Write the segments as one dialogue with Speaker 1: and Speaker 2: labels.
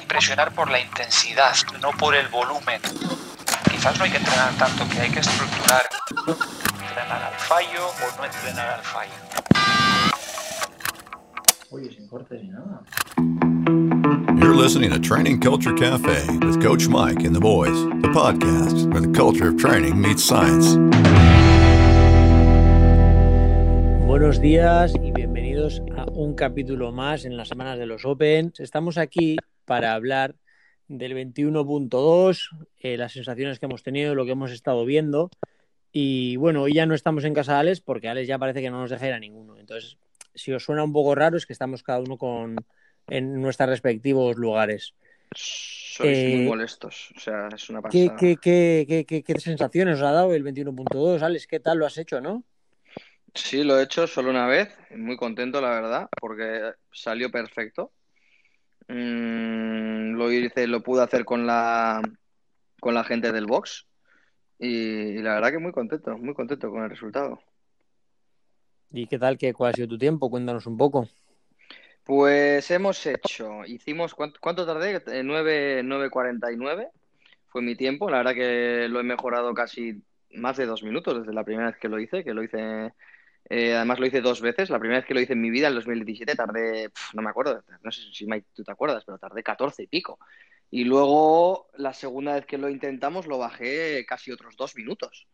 Speaker 1: impresionar por la intensidad, no por el volumen. Quizás no hay que entrenar tanto, que hay que estructurar. Entrenar al fallo o no entrenar al fallo.
Speaker 2: Oye, sin cortes ni nada.
Speaker 3: You're listening to Training Culture Cafe with Coach Mike and the boys, the podcast where the culture of training meets science.
Speaker 4: Buenos días y bienvenidos a un capítulo más en las semanas de los Opens. Estamos aquí para hablar del 21.2, eh, las sensaciones que hemos tenido, lo que hemos estado viendo. Y bueno, hoy ya no estamos en casa de Alex porque Alex ya parece que no nos deja ir a ninguno. Entonces, si os suena un poco raro es que estamos cada uno con, en nuestros respectivos lugares.
Speaker 5: Sois
Speaker 4: Eh,
Speaker 5: muy molestos. O sea, es una
Speaker 4: ¿Qué,
Speaker 5: pasada.
Speaker 4: qué, qué- qué- qué- qué sensaciones os ha dado el 21.2, Alex? ¿Qué tal lo has hecho, no?
Speaker 5: Sí, lo he hecho solo una vez. Muy contento, la verdad, porque salió perfecto. Mm, lo hice, lo pude hacer con la con la gente del box. Y, y la verdad que muy contento, muy contento con el resultado.
Speaker 4: ¿Y qué tal? Qué, ¿Cuál ha sido tu tiempo? Cuéntanos un poco.
Speaker 5: Pues hemos hecho, hicimos, ¿cuánto, cuánto tardé? Eh, nueve- 9.49 fue mi tiempo, la verdad que lo he mejorado casi más de dos minutos desde la primera vez que lo hice, que lo hice, eh, además lo hice dos veces, la primera vez que lo hice en mi vida, en 2017, tardé, pf, no me acuerdo, no sé si Mike tú te acuerdas, pero tardé 14 y pico. Y luego la segunda vez que lo intentamos lo bajé casi otros dos minutos.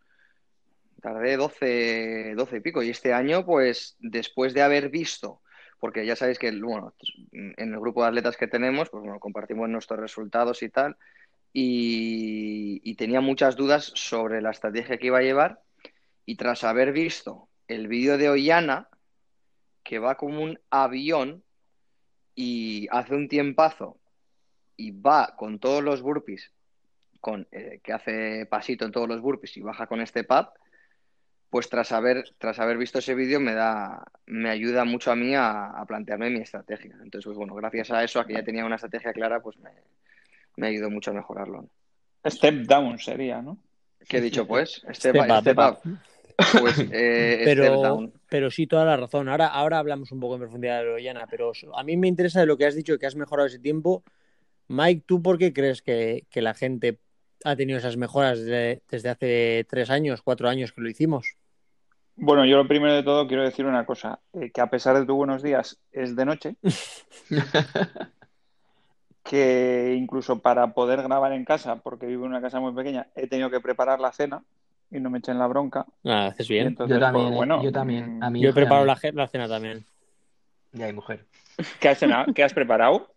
Speaker 5: Tardé 12, 12 y pico. Y este año, pues después de haber visto porque ya sabéis que bueno, en el grupo de atletas que tenemos, pues bueno, compartimos nuestros resultados y tal, y, y tenía muchas dudas sobre la estrategia que iba a llevar, y tras haber visto el vídeo de Ollana, que va como un avión y hace un tiempazo, y va con todos los burpees, con, eh, que hace pasito en todos los burpees y baja con este pad, pues tras haber, tras haber visto ese vídeo me da, me ayuda mucho a mí a, a plantearme mi estrategia. Entonces, pues bueno, gracias a eso, a que ya tenía una estrategia clara, pues me, me ayudó mucho a mejorarlo.
Speaker 6: Step down sería, ¿no?
Speaker 5: ¿Qué he dicho, pues?
Speaker 4: Step up,
Speaker 5: step
Speaker 4: step
Speaker 5: up. Pues, eh, step
Speaker 4: Pero,
Speaker 5: down.
Speaker 4: pero sí, toda la razón. Ahora, ahora hablamos un poco en profundidad de Loyana, pero so- a mí me interesa de lo que has dicho, que has mejorado ese tiempo. Mike, ¿tú por qué crees que, que la gente ha tenido esas mejoras de- desde hace tres años, cuatro años que lo hicimos?
Speaker 6: Bueno, yo lo primero de todo quiero decir una cosa, eh, que a pesar de tu buenos días es de noche, que incluso para poder grabar en casa, porque vivo en una casa muy pequeña, he tenido que preparar la cena y no me echen la bronca.
Speaker 4: Ah, haces
Speaker 6: Y
Speaker 4: bien.
Speaker 6: entonces,
Speaker 7: Yo también,
Speaker 6: pues,
Speaker 7: eh,
Speaker 6: bueno,
Speaker 7: yo también. A mi
Speaker 4: Yo he
Speaker 7: hija y a
Speaker 4: preparado
Speaker 7: mí.
Speaker 4: la, je- la cena también.
Speaker 7: Ya, y mujer.
Speaker 6: ¿qué has cenado? ¿Qué has preparado?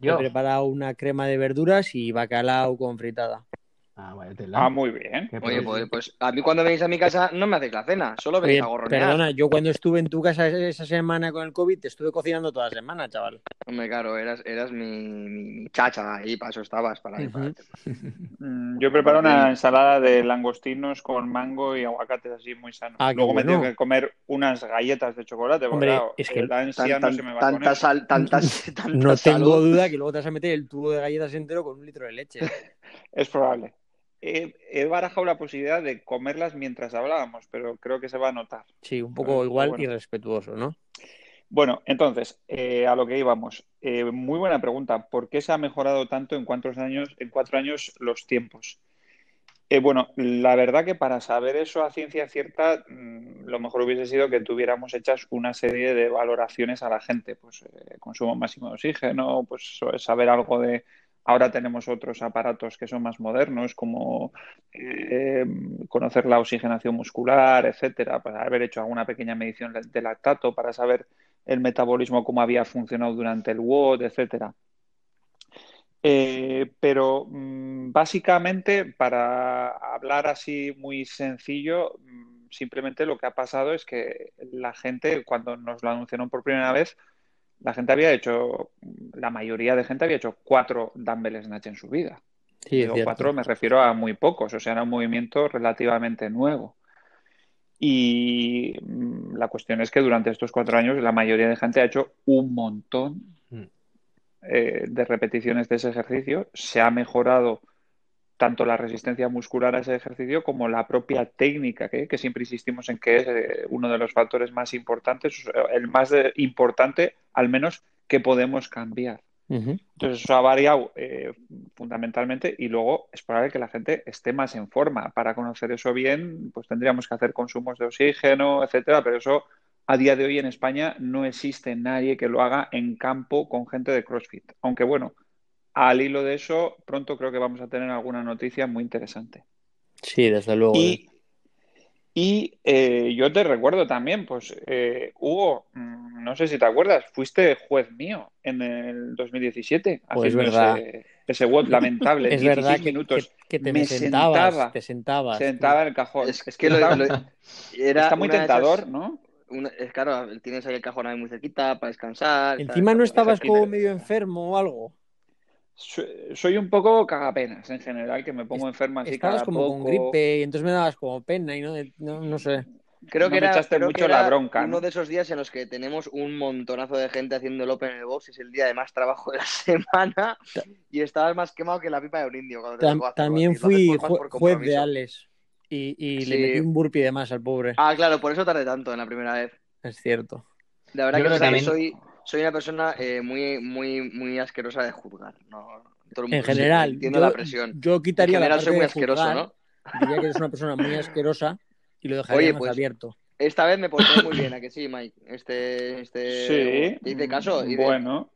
Speaker 4: He
Speaker 7: Yo.
Speaker 4: preparado una crema de verduras y bacalao con fritada.
Speaker 7: Ah, vaya tela.
Speaker 6: Ah, muy bien.
Speaker 7: Qué
Speaker 5: Oye,
Speaker 7: pena.
Speaker 5: pues, pues a mí cuando venís a mi casa no me hacéis la cena, solo venís
Speaker 4: Oye,
Speaker 5: a gorronear.
Speaker 4: perdona, yo cuando estuve en tu casa e- esa semana con el COVID, te estuve cocinando toda la semana, chaval.
Speaker 5: Hombre, claro, eras, eras mi, mi- mi chacha ahí, para eso estabas, para mí. para-
Speaker 4: Ujú.
Speaker 6: Mm, Yo he preparado una ensalada de langostinos con mango y aguacates así muy sano.
Speaker 4: Ah, qué
Speaker 6: Luego me he tenido
Speaker 4: bueno.
Speaker 6: que comer unas galletas de chocolate, porque
Speaker 4: Hombre,
Speaker 6: claro,
Speaker 4: es que
Speaker 6: la
Speaker 5: Tan-
Speaker 6: ansia no
Speaker 5: tan-
Speaker 6: se me va con
Speaker 5: tanta
Speaker 6: eso.
Speaker 5: sal, tantas, tanta
Speaker 4: No tengo
Speaker 5: salud.
Speaker 4: duda que luego te vas a meter el tubo de galletas entero con un litro de leche.
Speaker 6: Es probable. He, he barajado la posibilidad de comerlas mientras hablábamos, pero creo que se va a notar.
Speaker 4: Sí, un
Speaker 6: Bueno,
Speaker 4: poco igual
Speaker 6: bueno.
Speaker 4: irrespetuoso, ¿no?
Speaker 6: Bueno, entonces, eh, a lo que íbamos. Eh, muy buena pregunta. ¿Por qué se ha mejorado tanto en cuántos años, en cuatro años los tiempos? Eh, bueno, la verdad que para saber eso a ciencia cierta, mm, lo mejor hubiese sido que tuviéramos hechas una serie de valoraciones a la gente, pues eh, consumo máximo de oxígeno, pues so- saber algo de. Ahora tenemos otros aparatos que son más modernos, como eh, conocer la oxigenación muscular, etcétera, para haber hecho alguna pequeña medición de lactato para saber el metabolismo, cómo había funcionado durante el WOD, etcétera. Eh, pero mm, básicamente, para hablar así muy sencillo, mm, simplemente lo que ha pasado es que la gente, cuando nos lo anunciaron por primera vez, la gente había hecho, la mayoría de gente había hecho cuatro dumbbell snatch en su vida.
Speaker 4: Sí, es
Speaker 6: Digo
Speaker 4: cierto.
Speaker 6: cuatro, me refiero a muy pocos, o sea, era un movimiento relativamente nuevo. Y mm, la cuestión es que durante estos cuatro años la mayoría de gente ha hecho un montón
Speaker 7: Mm.
Speaker 6: eh, de repeticiones de ese ejercicio. Se ha mejorado tanto la resistencia muscular a ese ejercicio como la propia técnica, que, que siempre insistimos en que es eh, uno de los factores más importantes, o sea, el más eh, importante, al menos, que podemos cambiar.
Speaker 4: Ujú.
Speaker 6: Entonces eso ha variado eh, fundamentalmente y luego es probable que la gente esté más en forma. Para conocer eso bien, pues tendríamos que hacer consumos de oxígeno, etcétera, pero eso a día de hoy en España no existe nadie que lo haga en campo con gente de CrossFit. Aunque bueno, al hilo de eso, pronto creo que vamos a tener alguna noticia muy interesante.
Speaker 4: Sí, desde luego. ¿eh?
Speaker 6: Y, y, eh, yo te recuerdo también, pues eh, Hugo, mm, no sé si te acuerdas, fuiste juez mío en el 2017,
Speaker 4: Pues
Speaker 6: haciendo
Speaker 4: verdad.
Speaker 6: ese, ese web lamentable,
Speaker 4: es verdad
Speaker 6: 16
Speaker 4: que,
Speaker 6: minutos,
Speaker 4: que- que te
Speaker 6: Me
Speaker 4: me sentabas,
Speaker 6: sentaba.
Speaker 4: te sentabas.
Speaker 6: sentaba en el cajón.
Speaker 5: Es que lo,
Speaker 6: Está-
Speaker 5: lo- era
Speaker 6: está muy
Speaker 5: una de esas-
Speaker 6: tentador, ¿no?
Speaker 5: una- es claro, tienes ahí el cajón ahí muy cerquita para descansar.
Speaker 4: Encima no estabas
Speaker 5: como
Speaker 4: como medio enfermo o algo.
Speaker 6: Su- Soy un poco cagapenas en general, que me pongo enferma así
Speaker 4: Estabas
Speaker 6: cada
Speaker 4: como con
Speaker 6: poco.
Speaker 4: gripe y entonces me dabas como pena y no, no, no sé.
Speaker 5: Creo
Speaker 6: No
Speaker 5: que
Speaker 6: me
Speaker 5: era,
Speaker 6: echaste
Speaker 5: creo
Speaker 6: mucho
Speaker 5: que era
Speaker 6: la bronca,
Speaker 5: uno
Speaker 6: ¿no?
Speaker 5: de esos días en los que tenemos un montonazo de gente haciendo el Open en el box, es el día de más trabajo de la semana y estabas más quemado que la pipa de un indio cuando te
Speaker 4: Tam-
Speaker 5: tocó hacerlo a
Speaker 4: también
Speaker 5: ti. Lo haces
Speaker 4: fui
Speaker 5: por- más
Speaker 4: jue-
Speaker 5: por
Speaker 4: juez de
Speaker 5: compromiso.
Speaker 4: Alex y, y le
Speaker 5: Sí.
Speaker 4: metí un burpee de más al pobre.
Speaker 5: Ah, claro, por eso tardé tanto en la primera vez.
Speaker 4: Es cierto.
Speaker 5: La verdad
Speaker 7: Yo
Speaker 5: que,
Speaker 7: creo
Speaker 5: o sea,
Speaker 7: que
Speaker 5: yo
Speaker 7: también-
Speaker 5: soy, soy una persona eh, muy, muy, muy asquerosa de juzgar. ¿no? Todo el
Speaker 4: En
Speaker 5: mundo se-
Speaker 4: general,
Speaker 5: entiendo
Speaker 4: yo-
Speaker 5: la presión.
Speaker 4: Yo
Speaker 5: En
Speaker 4: quitaría la
Speaker 5: general
Speaker 4: parte
Speaker 5: soy muy
Speaker 4: de
Speaker 5: asqueroso,
Speaker 4: juzgar,
Speaker 5: ¿no?
Speaker 4: diría que eres una persona muy asquerosa y lo dejaría
Speaker 5: Oye,
Speaker 4: más
Speaker 5: pues,
Speaker 4: abierto.
Speaker 5: Esta vez me porté muy bien, ¿a que sí, Mike? Este, este...
Speaker 6: Sí,
Speaker 5: ¿Te hice caso? Y de-
Speaker 6: bueno,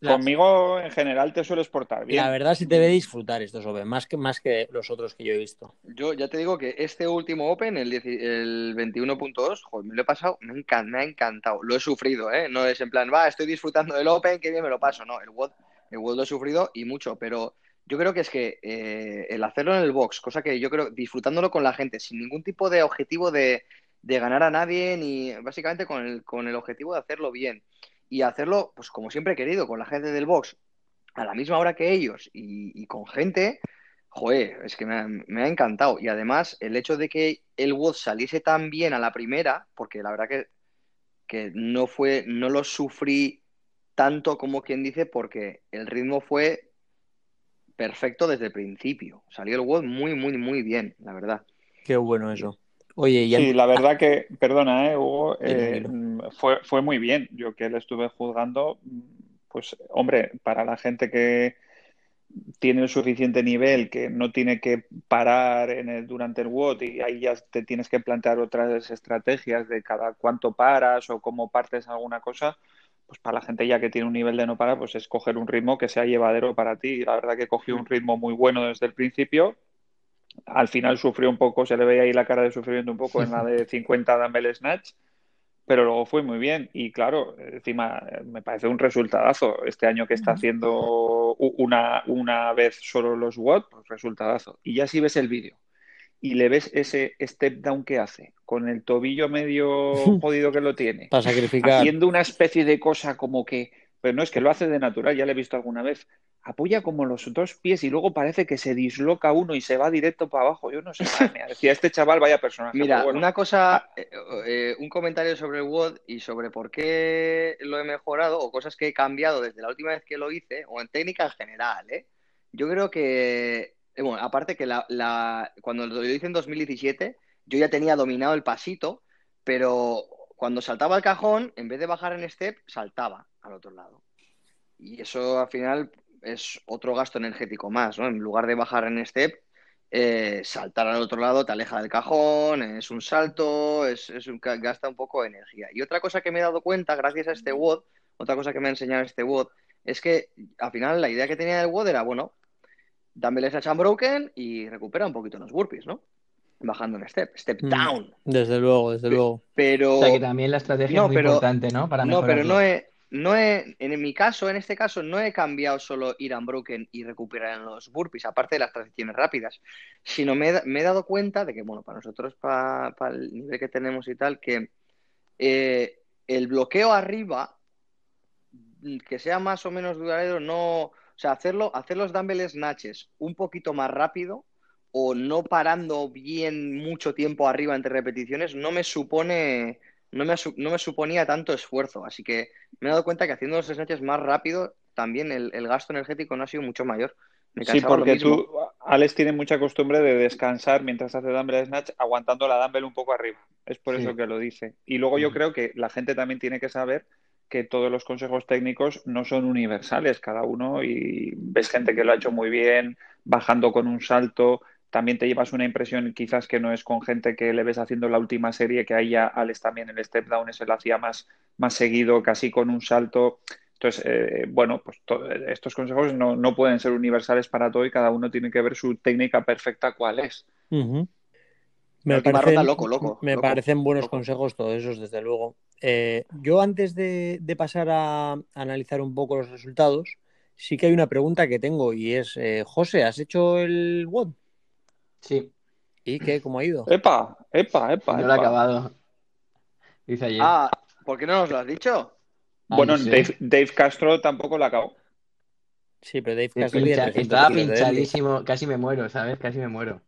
Speaker 4: La-
Speaker 6: conmigo en general te sueles portar bien.
Speaker 4: La verdad sí te ve disfrutar estos Open, más que, más que los otros que yo he visto.
Speaker 5: Yo ya te digo que este último Open, el, 10 y- el 21.2, joder, me lo he pasado, me, encan- me ha encantado. Lo he sufrido, ¿eh? No es en plan, va, estoy disfrutando del Open, qué bien me lo paso. No, el WOD, el WOD lo he sufrido y mucho, pero yo creo que es que eh, el hacerlo en el box, cosa que yo creo, disfrutándolo con la gente, sin ningún tipo de objetivo de, de ganar a nadie, ni básicamente con el, con el objetivo de hacerlo bien. Y hacerlo, pues como siempre he querido, con la gente del box, a la misma hora que ellos y, y con gente, joder, es que me ha, me ha encantado. Y además, el hecho de que el WOD saliese tan bien a la primera, porque la verdad que, que no fue, no lo sufrí tanto como quien dice, porque el ritmo fue perfecto desde el principio. Salió el WOD muy, muy, muy bien, la verdad.
Speaker 4: Qué bueno eso. Oye, y
Speaker 6: Sí,
Speaker 4: antes-
Speaker 6: la verdad que, perdona, eh, Hugo,
Speaker 4: Dilo,
Speaker 6: eh,
Speaker 4: dilo.
Speaker 6: mm, fue, fue muy bien. Yo que le estuve juzgando, mm, pues hombre, para la gente que tiene el suficiente nivel, que no tiene que parar en el- durante el WOD y ahí ya te tienes que plantear otras estrategias de cada cuánto paras o cómo partes alguna cosa, pues para la gente ya que tiene un nivel de no parar, pues es coger un ritmo que sea llevadero para ti. Y la verdad que cogí un ritmo muy bueno desde el principio. Al final sufrió un poco, se le veía ahí la cara de sufrimiento un poco en la de 50 dumbbell snatch, pero luego fue muy bien. Y claro, encima eh, me parece un resultadazo este año que está haciendo u- una, una vez solo los WOD, pues resultadazo. Y ya si ves el vídeo y le ves ese step down que hace, con el tobillo medio jodido que lo tiene,
Speaker 4: para sacrificar.
Speaker 6: haciendo una especie de cosa como que, pero no es que lo hace de natural, ya lo he visto alguna vez. Apoya como los dos pies y luego parece que se disloca uno y se va directo para abajo. Yo no sé, madre mía, decía este chaval, vaya personaje.
Speaker 5: Mira,
Speaker 6: pero bueno. Ah.
Speaker 5: una cosa, eh, eh, un comentario sobre el WOD y sobre por qué lo he mejorado o cosas que he cambiado desde la última vez que lo hice, o en técnica en general, ¿eh? Yo creo que, eh, bueno, aparte que la, la- cuando lo hice en 2017, yo ya tenía dominado el pasito, pero cuando saltaba al cajón, en vez de bajar en step, saltaba al otro lado. Y eso al final es otro gasto energético más, ¿no? En lugar de bajar en step, eh, saltar al otro lado te aleja del cajón, es un salto, es, es un, ca- gasta un poco de energía. Y otra cosa que me he dado cuenta gracias a este WOD, otra cosa que me ha enseñado este WOD, es que al final la idea que tenía del WOD era, bueno, dumbbell snatch unbroken y recupera un poquito los burpees, ¿no? Bajando en step, step
Speaker 4: Mm.
Speaker 5: down.
Speaker 4: Desde luego, desde luego.
Speaker 5: Pero
Speaker 7: O sea que también la estrategia
Speaker 5: No,
Speaker 7: es muy
Speaker 5: pero-
Speaker 7: importante, ¿no? Para
Speaker 5: no, pero
Speaker 7: mejorarlo.
Speaker 5: no he, no he, en mi caso, en este caso, no he cambiado solo ir a Broken y recuperar en los burpees, aparte de las transiciones rápidas, sino me, he da- me he dado cuenta de que, bueno, para nosotros, para, el nivel que tenemos y tal, que eh, el bloqueo arriba, mm, que sea más o menos duradero, no, o sea, hacerlo, hacer los dumbbell snatches un poquito más rápido o no parando bien mucho tiempo arriba entre repeticiones, no me supone no me, asu- no me suponía tanto esfuerzo. Así que me he dado cuenta que haciendo los snatches más rápido, también el, el gasto energético no ha sido mucho mayor. Me
Speaker 6: Sí,
Speaker 5: cansaba lo
Speaker 6: porque
Speaker 5: mismo.
Speaker 6: tú, Alex tiene mucha costumbre de descansar mientras hace dumbbell snatch, aguantando la dumbbell un poco arriba. Es por
Speaker 7: Sí.
Speaker 6: eso que lo dice. Y luego yo
Speaker 7: Ujú.
Speaker 6: creo que la gente también tiene que saber que todos los consejos técnicos no son universales, cada uno, y ves gente que lo ha hecho muy bien, bajando con un salto, también te llevas una impresión quizás que no es con gente que le ves haciendo la última serie, que ahí ya Alex también el step down se lo hacía más, más seguido, casi con un salto. Entonces, eh, bueno, pues to- estos consejos no, no pueden ser universales para todo y cada uno tiene que ver su técnica perfecta cuál es.
Speaker 4: Ujú.
Speaker 5: La
Speaker 4: Me,
Speaker 5: última
Speaker 4: parecen,
Speaker 5: ronda, loco, loco,
Speaker 4: me
Speaker 5: loco,
Speaker 4: parecen buenos
Speaker 5: loco.
Speaker 4: consejos todos esos, desde luego. Eh, yo antes de, de pasar a, analizar un poco los resultados, sí que hay una pregunta que tengo y es, eh, José, ¿has hecho el WOD?
Speaker 7: Sí,
Speaker 4: ¿Y qué? ¿Cómo ha ido?
Speaker 5: Eh,
Speaker 6: ¡Epa! ¡Epa!
Speaker 7: y
Speaker 6: ¡Epa!
Speaker 7: no lo
Speaker 6: epa!
Speaker 7: he acabado. Dice ayer.
Speaker 5: Ah, ¿por qué no nos lo has dicho?
Speaker 6: Bueno,
Speaker 7: Ay, sí.
Speaker 6: Dave, Dave Castro tampoco la acabó.
Speaker 4: Sí, pero Dave
Speaker 7: Me
Speaker 4: Castro tiene
Speaker 7: pincha-
Speaker 4: 300
Speaker 7: estaba
Speaker 4: kilos de deadlift.
Speaker 7: pinchadísimo, casi me muero, ¿sabes? Casi me muero.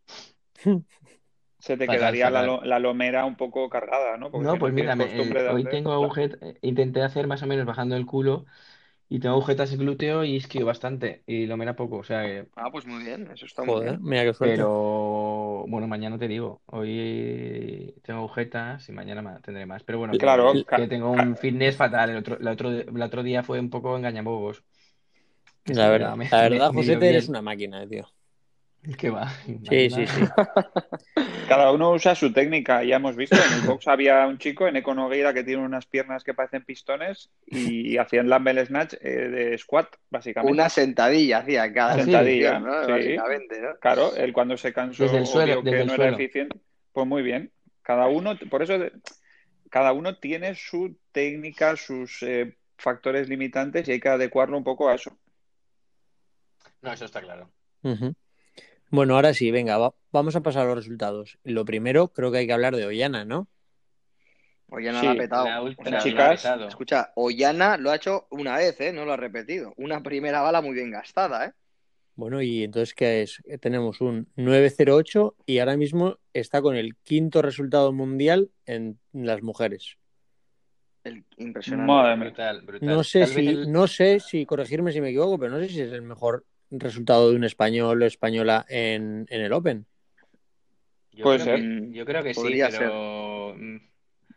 Speaker 6: Se te
Speaker 7: Fatal,
Speaker 6: quedaría la,
Speaker 7: fatal.
Speaker 6: lo- la lomera un poco cargada, ¿no? Porque
Speaker 7: No,
Speaker 6: si
Speaker 7: pues mira,
Speaker 6: tienes
Speaker 7: me-
Speaker 6: costumbre
Speaker 7: eh,
Speaker 6: de
Speaker 7: hoy
Speaker 6: hacer-
Speaker 7: tengo
Speaker 6: Claro.
Speaker 7: agujetas, intenté hacer más o menos bajando el culo y tengo agujetas glúteo y isquio bastante y lo mera poco, o sea que-
Speaker 5: Ah, pues muy bien, eso está muy
Speaker 4: Joder,
Speaker 5: bien.
Speaker 4: mira qué suerte.
Speaker 7: pero bueno, mañana te digo, hoy tengo agujetas y mañana ma- tendré más, pero bueno,
Speaker 6: Claro,
Speaker 7: que,
Speaker 6: ca-
Speaker 7: que tengo
Speaker 6: ca-
Speaker 7: un fitness fatal, el otro, el otro, el otro día fue un poco engañabobos, que se
Speaker 4: La
Speaker 7: me
Speaker 4: verdad,
Speaker 7: daba me-
Speaker 4: la
Speaker 7: me-
Speaker 4: verdad, José,
Speaker 7: medio
Speaker 4: te eres
Speaker 7: bien,
Speaker 4: una máquina, tío.
Speaker 7: que va,
Speaker 4: Sí, sí,
Speaker 7: máquina.
Speaker 4: sí.
Speaker 6: cada uno usa su técnica. Ya hemos visto, en el box había un chico, en Eco Nogueira, que tiene unas piernas que parecen pistones y hacían Lambel Snatch eh, de squat, básicamente.
Speaker 5: Una sentadilla hacía cada
Speaker 7: ¿Ah, sí?
Speaker 5: sentadilla,
Speaker 6: Sentadilla,
Speaker 5: ¿no?
Speaker 6: sí.
Speaker 5: Básicamente, ¿no?
Speaker 6: Claro, él cuando se cansó
Speaker 7: Desde el
Speaker 6: o
Speaker 7: suelo,
Speaker 6: vio que
Speaker 7: desde el
Speaker 6: no era
Speaker 7: suelo.
Speaker 6: eficiente, pues muy bien. Cada uno, por eso de- cada uno tiene su técnica, sus eh, factores limitantes y hay que adecuarlo un poco a eso.
Speaker 7: No, eso está claro.
Speaker 4: Ujú. Bueno, ahora sí, venga, va- vamos a pasar a los resultados. Lo primero, creo que hay que hablar de Ollana, ¿no?
Speaker 5: Ollana
Speaker 6: Sí,
Speaker 5: la ha petado.
Speaker 7: La
Speaker 5: O
Speaker 7: ultra,
Speaker 5: sea,
Speaker 7: la ha
Speaker 6: chicas,
Speaker 7: petado.
Speaker 5: escucha, Ollana lo ha hecho una vez, ¿eh? No lo ha repetido. Una primera bala muy bien gastada, ¿eh?
Speaker 4: Bueno, y entonces, ¿qué es? Eh, Tenemos un 908 y ahora mismo está con el quinto resultado mundial en las mujeres.
Speaker 5: El- impresionante.
Speaker 6: Madre mía.
Speaker 7: Brutal, brutal.
Speaker 4: No sé
Speaker 7: Tal vez
Speaker 4: si,
Speaker 7: el-
Speaker 4: no sé si, corregirme si me equivoco, pero no sé si es el mejor resultado de un español o española en, en el Open.
Speaker 7: Yo
Speaker 6: Puede
Speaker 7: creo
Speaker 6: ser.
Speaker 7: que,
Speaker 5: Mm,
Speaker 7: yo creo que sí,
Speaker 5: podría
Speaker 7: pero mm,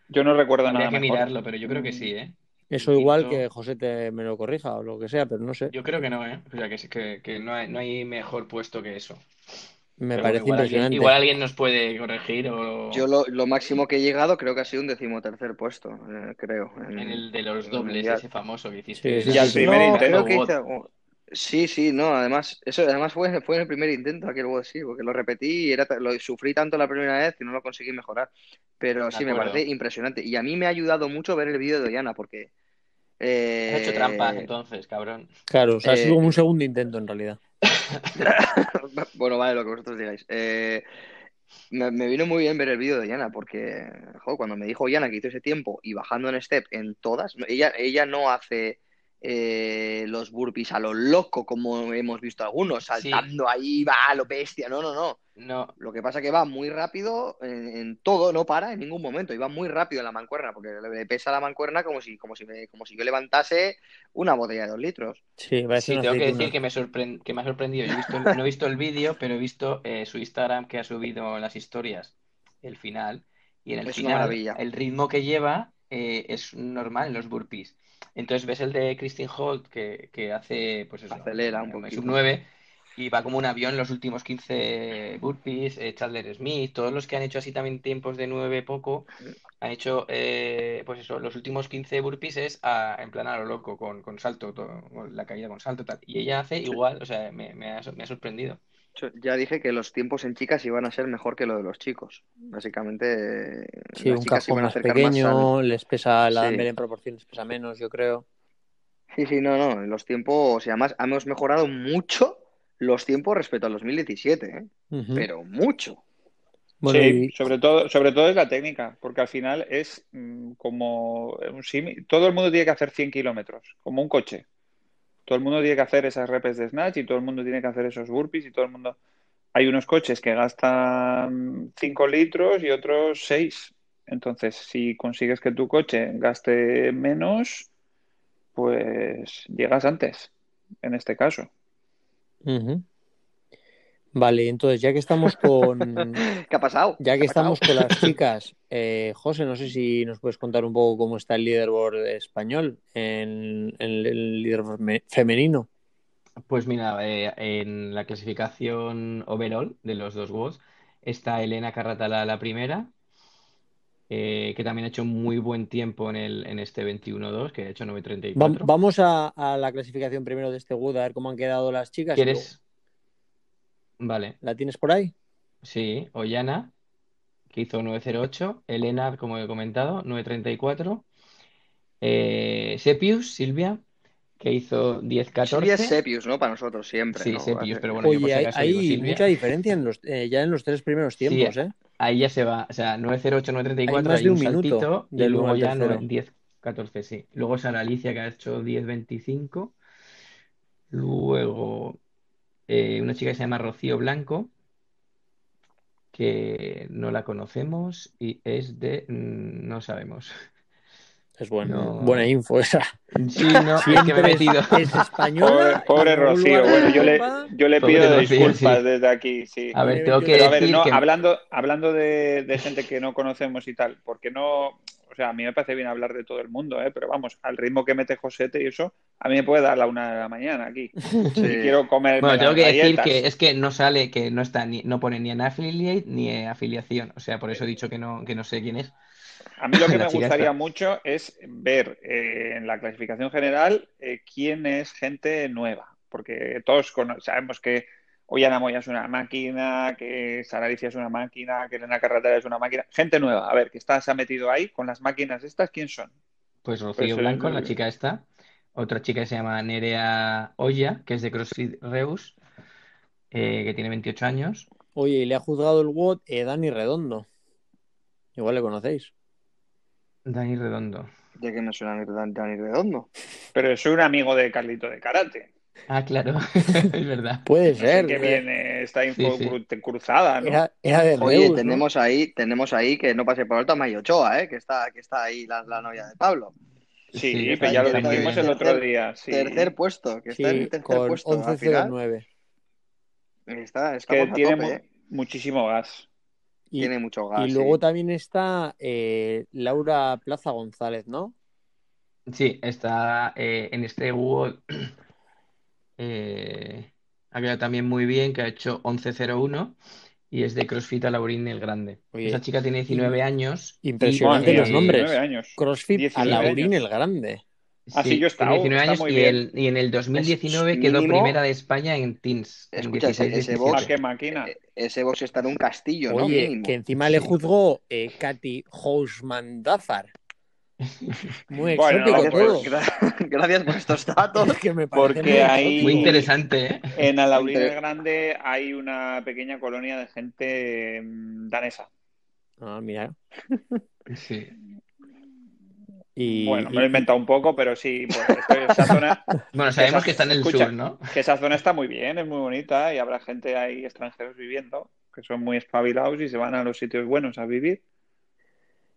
Speaker 6: Yo no recuerdo
Speaker 7: habría
Speaker 6: nada
Speaker 7: que
Speaker 6: mejor.
Speaker 7: mirarlo, pero yo creo que sí, ¿eh?
Speaker 4: Eso
Speaker 7: El
Speaker 4: igual
Speaker 7: quinto-
Speaker 4: que José te, me lo corrija o lo que sea, pero no sé.
Speaker 7: Yo creo que no, ¿eh? O sea, que, sí- que, que no hay, no hay mejor puesto que eso.
Speaker 4: Me
Speaker 7: Pero bueno,
Speaker 4: parece
Speaker 7: igual alguien, igual
Speaker 4: impresionante.
Speaker 7: alguien nos puede corregir o
Speaker 5: Yo lo, lo máximo que he llegado creo que ha sido un decimotercer puesto, eh, creo. en-
Speaker 7: en el de los
Speaker 5: en el
Speaker 7: dobles,
Speaker 5: Mundial.
Speaker 7: ese famoso que
Speaker 4: Sí,
Speaker 7: hiciste.
Speaker 4: sí,
Speaker 7: de-
Speaker 4: sí,
Speaker 6: Ya el
Speaker 4: sí.
Speaker 6: primer
Speaker 5: No,
Speaker 6: intento.
Speaker 5: creo que
Speaker 7: Bot.
Speaker 5: hice algo- Sí, sí, no, además, eso además fue, fue en el primer intento aquel WOD, sí, porque lo repetí y era, ta- lo sufrí tanto la primera vez que no lo conseguí mejorar. Pero
Speaker 7: De
Speaker 5: sí, me parece
Speaker 7: acuerdo.
Speaker 5: impresionante. Y a mí me ha ayudado mucho ver el vídeo de Ollana, porque
Speaker 7: Has hecho trampas
Speaker 5: eh,
Speaker 7: entonces, cabrón.
Speaker 4: Claro, o sea, ha sido
Speaker 5: eh,
Speaker 4: como un segundo intento en realidad.
Speaker 5: Bueno, vale, lo que vosotros digáis. Eh, me, me vino muy bien ver el vídeo de Yana, porque jo, cuando me dijo Yana que hizo ese tiempo y bajando en step en todas, no- ella, ella no hace eh, los burpees a lo loco como hemos visto algunos,
Speaker 7: Sí,
Speaker 5: saltando ahí, va a lo bestia. No, no, no.
Speaker 7: no.
Speaker 5: Lo que pasa es que va muy rápido en, en todo, no para en ningún momento, y va muy rápido en la mancuerna, porque le, le pesa la mancuerna como si, como si, me- como si yo levantase una botella de dos litros.
Speaker 4: Sí, parece
Speaker 7: Sí,
Speaker 4: una
Speaker 7: tengo que decir
Speaker 4: aceituna.
Speaker 7: que me sorpren- que me ha sorprendido. Yo he visto, el- no he visto el vídeo, pero he visto eh, su Instagram que ha subido en las historias el final. Y en el
Speaker 5: Es una
Speaker 7: final,
Speaker 5: maravilla.
Speaker 7: el ritmo que lleva eh, es normal en los burpees. Entonces ves el de Christine Holt que, que hace, pues eso,
Speaker 5: Acelera un
Speaker 7: en sub
Speaker 5: poquito.
Speaker 7: 9 y va como un avión los últimos 15 burpees. eh, Chandler Smith, todos los que han hecho así también tiempos de 9 poco, han hecho, eh, pues eso, los últimos 15 burpees es a- en plan a lo loco, con, con salto, to- con la caída con salto, tal. Y ella hace igual, o sea, me, me ha, so- me ha sorprendido.
Speaker 5: Yo Ya dije que los tiempos en chicas iban a ser mejor que lo de los chicos. Básicamente, eh,
Speaker 4: Sí,
Speaker 5: las
Speaker 4: un
Speaker 5: chicas se
Speaker 4: cajón
Speaker 5: iban a
Speaker 4: más
Speaker 5: acercar más al.
Speaker 4: pequeño, les pesa la
Speaker 5: Sí,
Speaker 4: dumbbell en proporción, les pesa menos, yo creo.
Speaker 5: sí, sí, no, no. Los tiempos, y además hemos mejorado mucho los tiempos respecto al 2017, ¿eh?
Speaker 4: Ujú.
Speaker 5: Pero mucho.
Speaker 4: Bueno,
Speaker 6: Sí,
Speaker 4: y
Speaker 6: sobre todo, sobre todo es la técnica, porque al final es mm, como un símil. Todo el mundo tiene que hacer 100 kilómetros, como un coche. Todo el mundo tiene que hacer esas reps de snatch y todo el mundo tiene que hacer esos burpees y todo el mundo. Hay unos coches que gastan 5 litros y otros 6. Entonces, si consigues que tu coche gaste menos, pues llegas antes, en este caso.
Speaker 4: ujú. Vale, entonces ya que estamos con,
Speaker 5: ¿Qué ha pasado?
Speaker 4: ya que
Speaker 5: ¿Qué ha pasado?
Speaker 4: estamos con las chicas, eh, José, no sé si nos puedes contar un poco cómo está el leaderboard español, en, en el leaderboard me- femenino.
Speaker 7: Pues mira, eh, en la clasificación overall de los dos WODs está Elena Carratala la primera, eh, que también ha hecho muy buen tiempo en, el, en este 21-2, que ha hecho
Speaker 4: Va-
Speaker 7: 9.34.
Speaker 4: vamos a, a la clasificación primero de este Wood, a ver cómo han quedado las chicas.
Speaker 7: ¿Quieres? Vale,
Speaker 4: ¿La tienes por ahí?
Speaker 7: sí, Ollana, que hizo 9.08, Elena, como he comentado, 9.34, eh, Sepius, Silvia, que hizo
Speaker 5: Silvia es
Speaker 7: 10.14.
Speaker 5: Sepius, ¿no? Para nosotros siempre.
Speaker 7: Sí,
Speaker 5: ¿no?
Speaker 7: Sepius,
Speaker 5: Hace-
Speaker 7: pero bueno, yo por
Speaker 4: Oye,
Speaker 7: si
Speaker 4: hay,
Speaker 7: acaso digo
Speaker 4: hay
Speaker 7: Silvia.
Speaker 4: mucha diferencia en los, eh, ya en los tres primeros
Speaker 7: Sí,
Speaker 4: tiempos, ¿eh?
Speaker 7: Ahí ya se va, o sea, 908, 934,
Speaker 4: Hay más
Speaker 7: hay
Speaker 4: de
Speaker 7: un
Speaker 4: un minuto
Speaker 7: saltito y
Speaker 4: del
Speaker 7: luego
Speaker 4: uno al
Speaker 7: ya
Speaker 4: tercero.
Speaker 7: 10, 14, sí. Luego Sara Alicia que ha hecho 1025. Luego eh, una chica que se llama Rocío Blanco, que no la conocemos y es de... mm, No sabemos.
Speaker 4: Es buena,
Speaker 7: No.
Speaker 4: buena info esa.
Speaker 7: Sí, no, es que me he
Speaker 4: Siempre es,
Speaker 7: metido.
Speaker 4: es española.
Speaker 6: Pobre, pobre
Speaker 4: en algún
Speaker 6: Rocío.
Speaker 4: lugar de
Speaker 6: Bueno, yo le,
Speaker 4: Europa.
Speaker 6: yo le
Speaker 7: Pobre
Speaker 6: pido
Speaker 7: Rocío,
Speaker 6: disculpas
Speaker 7: sí.
Speaker 6: desde aquí, sí.
Speaker 7: A ver, tengo que
Speaker 6: Pero a ver,
Speaker 7: decir
Speaker 6: no,
Speaker 7: que...
Speaker 6: hablando, hablando de, de gente que no conocemos y tal, porque no, o sea, a mí me parece bien hablar de todo el mundo, ¿eh? pero vamos, al ritmo que mete Josete y eso, a mí me puede dar la una de la mañana aquí.
Speaker 5: Sí.
Speaker 6: Y quiero comer
Speaker 7: Bueno, tengo que decir
Speaker 6: galletas.
Speaker 7: que es que no sale, que no está ni, no pone ni en affiliate ni en afiliación. O sea, por eso he dicho que no, que no sé quién es.
Speaker 6: A mí lo que
Speaker 7: La
Speaker 6: me
Speaker 7: chica
Speaker 6: gustaría
Speaker 7: esta.
Speaker 6: mucho es ver eh, en la clasificación general eh, quién es gente nueva, porque todos cono- sabemos que Ollana Moya es una máquina, que Sara Alicia es una máquina, que Elena Carratera es una máquina. Gente nueva, a ver, que está, se ha metido ahí con las máquinas estas, ¿quién son?
Speaker 7: Pues Rocío
Speaker 6: eso es
Speaker 7: Blanco, la
Speaker 6: lo-
Speaker 7: chica esta. Otra chica que se llama Nerea Olla, que es de CrossFit Reus, eh, que tiene 28 años.
Speaker 4: Oye, y le ha juzgado el WOD eh, Dani Redondo. Igual le conocéis.
Speaker 7: Dani Redondo.
Speaker 5: Ya que me suena a Dani- Dani Redondo.
Speaker 6: Pero soy un amigo de Carlito de Karate.
Speaker 7: Ah, claro, es verdad.
Speaker 4: Puede
Speaker 6: No sé
Speaker 4: ser.
Speaker 6: qué
Speaker 4: eh,
Speaker 6: viene esta info
Speaker 7: sí.
Speaker 6: cru- cruzada, ¿no?
Speaker 4: Era, era de
Speaker 5: Oye,
Speaker 4: Reus, ¿no?
Speaker 5: tenemos ahí, tenemos ahí que no pase por alto a Mayochoa, ¿eh? Que está, que está ahí la, la novia de Pablo.
Speaker 6: Sí,
Speaker 7: Sí,
Speaker 6: pero ya lo
Speaker 5: está muy
Speaker 6: dijimos
Speaker 5: bien.
Speaker 6: el otro
Speaker 5: Tercer-
Speaker 6: día. sí.
Speaker 5: Tercer puesto, que
Speaker 4: Sí,
Speaker 5: está en tercer
Speaker 4: con
Speaker 5: puesto. al final
Speaker 4: 11.09.
Speaker 5: está,
Speaker 6: Es que
Speaker 5: estamos a
Speaker 6: tiene
Speaker 5: tope, ¿eh?
Speaker 6: mu- muchísimo gas.
Speaker 4: Y,
Speaker 5: Tiene mucho gas.
Speaker 4: y
Speaker 5: sí.
Speaker 4: luego también está eh, Laura Plaza González, ¿no?
Speaker 7: Sí, está eh, en este Google. eh, ha quedado también muy bien, que ha hecho 11.01 y es de CrossFit Alaurín el Grande.
Speaker 4: Oye,
Speaker 7: Esa chica tiene 19 años y,
Speaker 4: impresionante
Speaker 7: eh,
Speaker 4: los nombres.
Speaker 6: 19 años.
Speaker 4: CrossFit
Speaker 6: 19
Speaker 4: a Laurín
Speaker 6: años.
Speaker 4: el Grande.
Speaker 6: Ah, sí,
Speaker 7: sí,
Speaker 6: yo he estado,
Speaker 7: tiene 19
Speaker 6: está
Speaker 7: años
Speaker 6: muy
Speaker 7: y,
Speaker 6: bien.
Speaker 7: el- y en el 2019
Speaker 5: Es
Speaker 7: quedó
Speaker 5: mínimo-
Speaker 7: primera de España en teens, en
Speaker 5: Escucha, ese-
Speaker 7: 16,
Speaker 5: ese
Speaker 7: 17.
Speaker 6: Ah,
Speaker 5: box-
Speaker 6: qué máquina.
Speaker 5: E- Ese box está en un castillo, ¿no?
Speaker 4: Oye,
Speaker 5: Mínimo.
Speaker 4: que encima le
Speaker 7: Sí.
Speaker 4: juzgó eh, Katy Hausman Dafar. Muy
Speaker 6: Bueno,
Speaker 4: exótico
Speaker 5: Gracias por,
Speaker 4: todo.
Speaker 5: gra- gracias por estos datos.
Speaker 4: Es que me parece muy
Speaker 6: Porque hay
Speaker 7: Muy interesante, ¿eh?
Speaker 6: en Alaurín el
Speaker 5: Inter-
Speaker 6: Grande hay una pequeña colonia de gente mm, danesa.
Speaker 4: Ah, mira.
Speaker 7: Sí.
Speaker 4: Y,
Speaker 6: Bueno,
Speaker 4: y-
Speaker 6: me lo he inventado un poco, pero sí, pues, esto- esa zona,
Speaker 7: Bueno, sabemos
Speaker 6: Esa-
Speaker 7: que está en el
Speaker 6: escucha.
Speaker 7: sur, ¿no?
Speaker 6: que esa zona está muy bien, es muy bonita y habrá gente ahí extranjeros viviendo que son muy espabilados y se van a los sitios buenos a vivir.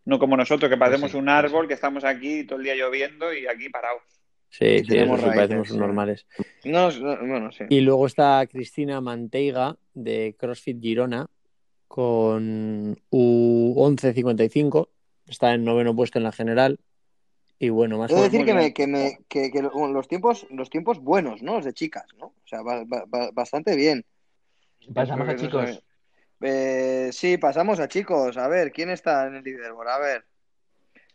Speaker 6: No como nosotros, que parecemos
Speaker 7: sí,
Speaker 6: un
Speaker 7: pues sí.
Speaker 6: árbol, que estamos aquí todo el día lloviendo y aquí parados.
Speaker 4: sí, sí,
Speaker 5: tenemos
Speaker 4: eso sí,
Speaker 5: raíces,
Speaker 4: parecemos
Speaker 5: sí.
Speaker 4: normales.
Speaker 5: No, no, bueno, sí.
Speaker 4: Y luego está Cristina Manteiga de CrossFit Girona con U11.55. Está en noveno puesto en la general. Y bueno, más o
Speaker 5: Debo
Speaker 4: menos.
Speaker 5: decir
Speaker 6: muy
Speaker 5: que,
Speaker 6: bien.
Speaker 5: me, que, me, que, que lo- los, tiempos, los tiempos buenos, ¿no? Los de chicas, ¿no? O sea, ba- ba- ba- bastante bien.
Speaker 7: Pasamos a
Speaker 5: Creo que no
Speaker 7: chicos.
Speaker 5: sé. Eh, sí, pasamos a chicos. A ver, ¿quién está en el leaderboard? A ver.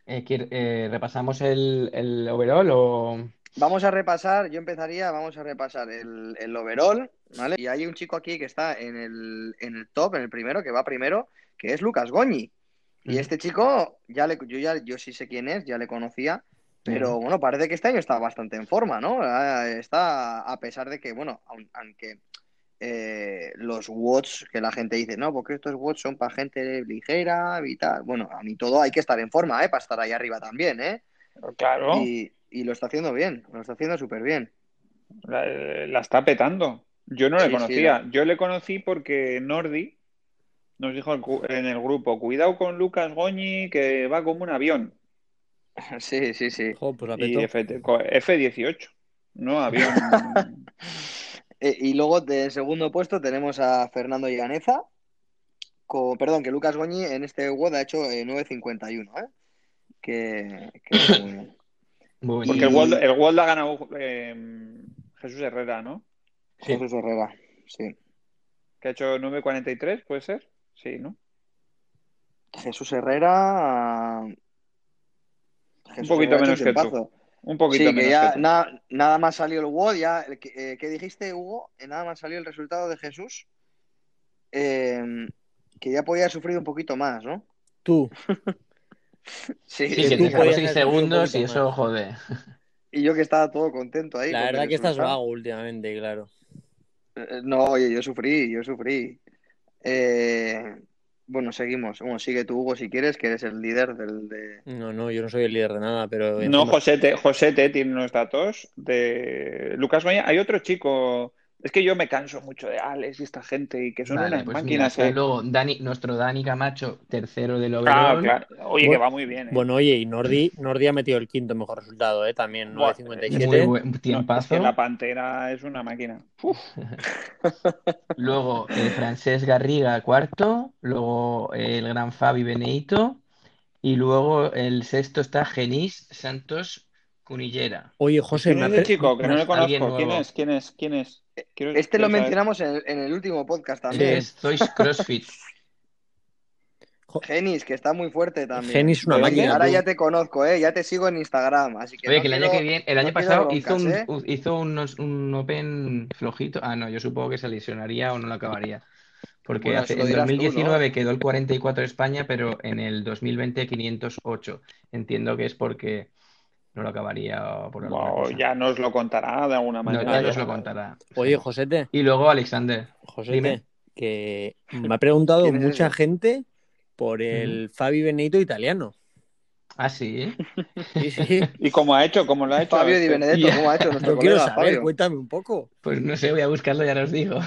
Speaker 7: Eh, ¿quiere- eh, ¿repasamos el, el overall o...?
Speaker 5: Vamos a repasar, yo empezaría, vamos a repasar el, el overall, ¿vale? Y hay un chico aquí que está en el, en el top, en el primero, que va primero, que es Lucas Goñi. Y
Speaker 7: Ujú.
Speaker 5: este chico, ya le, yo ya yo sí sé quién es, ya le conocía, pero bueno, parece que este año está bastante en forma, ¿no? Ah, Está, a pesar de que, bueno, aun- aunque eh, los watts que la gente dice, no, porque estos watts son para gente ligera y tal. Bueno, a mí todo hay que estar en forma, ¿eh? Para estar ahí arriba también, ¿eh?
Speaker 7: Pues
Speaker 6: Claro,
Speaker 5: Y, y lo está haciendo bien, lo está haciendo súper bien.
Speaker 6: la, la está petando. Yo no le
Speaker 5: Sí, sí,
Speaker 6: conocía. Yo le conocí porque Nordi nos dijo en cu- en el grupo, cuidado con Lucas Goñi, que va como un avión.
Speaker 5: Sí, sí, sí.
Speaker 4: Jo, pues la
Speaker 6: Y
Speaker 4: petó.
Speaker 6: F, co- F-18, no avión.
Speaker 5: Eh, y luego de segundo puesto tenemos a Fernando Iganeza. Con, perdón, que Lucas Goñi en este WOD ha hecho eh, 9.51, ¿eh? Que, que está muy bien.
Speaker 7: Muy
Speaker 6: Porque
Speaker 5: Y-
Speaker 6: el World, el World ha ganado eh, Jesús Herrera, ¿no?
Speaker 7: Sí.
Speaker 5: Jesús Herrera, sí.
Speaker 6: Que ha hecho 9.43, ¿puede ser? Sí, ¿no?
Speaker 5: Jesús Herrera. Jesús Herrera
Speaker 6: poquito
Speaker 5: ha
Speaker 6: menos
Speaker 5: hecho
Speaker 6: que tú.
Speaker 5: tiempazo.
Speaker 6: Un poquito
Speaker 5: sí, que
Speaker 6: menos
Speaker 5: ya
Speaker 6: que tú.
Speaker 5: na- nada más salió el WOD, ya, eh, que- eh, ¿qué dijiste, Hugo? Eh, Nada más salió el resultado de Jesús, eh, que ya podía haber sufrido un poquito más, ¿no?
Speaker 4: Tú,
Speaker 5: Sí,
Speaker 7: Sí, que
Speaker 4: tú
Speaker 7: te sacó
Speaker 4: podías
Speaker 7: 6
Speaker 4: haber subido un
Speaker 7: segundos y
Speaker 4: poquito
Speaker 7: eso jode.
Speaker 5: y yo que estaba todo contento ahí.
Speaker 4: la
Speaker 5: con el
Speaker 4: verdad que estás
Speaker 5: resultado.
Speaker 4: vago últimamente, claro.
Speaker 5: Eh, No, oye, yo sufrí, yo sufrí. Eh, bueno, seguimos. Bueno, sigue tú, Hugo, si quieres, que eres el líder del de...
Speaker 4: No, no, yo no soy el líder de nada, pero...
Speaker 6: No,
Speaker 4: encima-
Speaker 6: José T, José T tiene unos datos de Lucas Goña. Hay otro chico. Es que yo me canso mucho de Alex y esta gente y que son
Speaker 7: Vale,
Speaker 6: unas
Speaker 7: pues mira,
Speaker 6: máquinas.
Speaker 7: hasta
Speaker 6: eh.
Speaker 7: luego Dani, nuestro Dani Camacho, tercero del
Speaker 6: Ah,
Speaker 7: overall.
Speaker 6: claro. Oye, que
Speaker 4: Bueno,
Speaker 6: va muy bien. eh.
Speaker 4: Bueno, oye, y Nordi, Nordi ha metido el quinto mejor resultado, ¿eh? También,
Speaker 6: Buah,
Speaker 7: Muy
Speaker 4: 9.57.
Speaker 7: buen
Speaker 6: No, es que
Speaker 7: tiempazo.
Speaker 6: la pantera es una máquina. Uf,
Speaker 7: Luego eh, Francesc Garriga, cuarto. Luego eh, el gran Fabi Beneito. Y luego el sexto está Genís Santos Cunillera.
Speaker 4: Oye,
Speaker 6: ¿quién
Speaker 4: José, me
Speaker 6: es
Speaker 4: ha,
Speaker 6: el
Speaker 4: per-
Speaker 6: chico? Que no
Speaker 7: no
Speaker 6: le
Speaker 7: es alguien
Speaker 6: conozco. ¿Quién
Speaker 7: nuevo.
Speaker 6: es? ¿Quién es? ¿Quién es? Quiero-
Speaker 5: Este lo
Speaker 6: quiero
Speaker 7: Pues
Speaker 6: saber.
Speaker 5: mencionamos en el, en el último podcast
Speaker 4: Sí.
Speaker 5: también.
Speaker 7: Es Zois CrossFit.
Speaker 5: Genis, que está muy fuerte también.
Speaker 4: Genis es una
Speaker 6: Pero
Speaker 5: Oye,
Speaker 4: máquina.
Speaker 5: ahora
Speaker 4: tú.
Speaker 5: ya te conozco, ¿eh? Ya te sigo en Instagram, así que
Speaker 7: Oye,
Speaker 5: no
Speaker 7: que el año
Speaker 5: quiero-
Speaker 7: que viene, el año
Speaker 5: no quiero
Speaker 7: pasado hizo
Speaker 5: broncas,
Speaker 7: un,
Speaker 5: ¿eh?
Speaker 7: u- hizo unos- un Open flojito. Ah, no, yo supongo que se lesionaría o no lo acabaría. Porque
Speaker 5: Bueno,
Speaker 7: hace-
Speaker 5: eso lo
Speaker 7: en
Speaker 5: dirás tú,
Speaker 7: 2019 quedó el 44 de España, pero en el 2020 508. Entiendo que es porque no lo acabaría o por alguna
Speaker 6: Bueno,
Speaker 7: cosa.
Speaker 6: ya nos lo contará de alguna
Speaker 7: No,
Speaker 6: manera.
Speaker 7: ya
Speaker 6: ¿no?
Speaker 7: nos lo contará.
Speaker 4: Oye, Josete,
Speaker 7: Y luego Alexander.
Speaker 4: Josete,
Speaker 7: Dime.
Speaker 4: que me ha preguntado
Speaker 5: ¿Quién es
Speaker 4: mucha
Speaker 5: ese?
Speaker 4: gente por el Fabi Benito italiano.
Speaker 7: Ah, sí.
Speaker 4: Sí, sí.
Speaker 6: ¿Y cómo ha hecho? ¿Cómo lo ha hecho?
Speaker 5: Fabio Di Benedetto,
Speaker 7: Ya.
Speaker 5: ¿cómo ha hecho nuestro
Speaker 4: Yo quiero
Speaker 5: colega
Speaker 4: saber,
Speaker 5: Fabio?
Speaker 4: cuéntame un poco.
Speaker 7: Pues no sé, voy a buscarlo, ya os digo.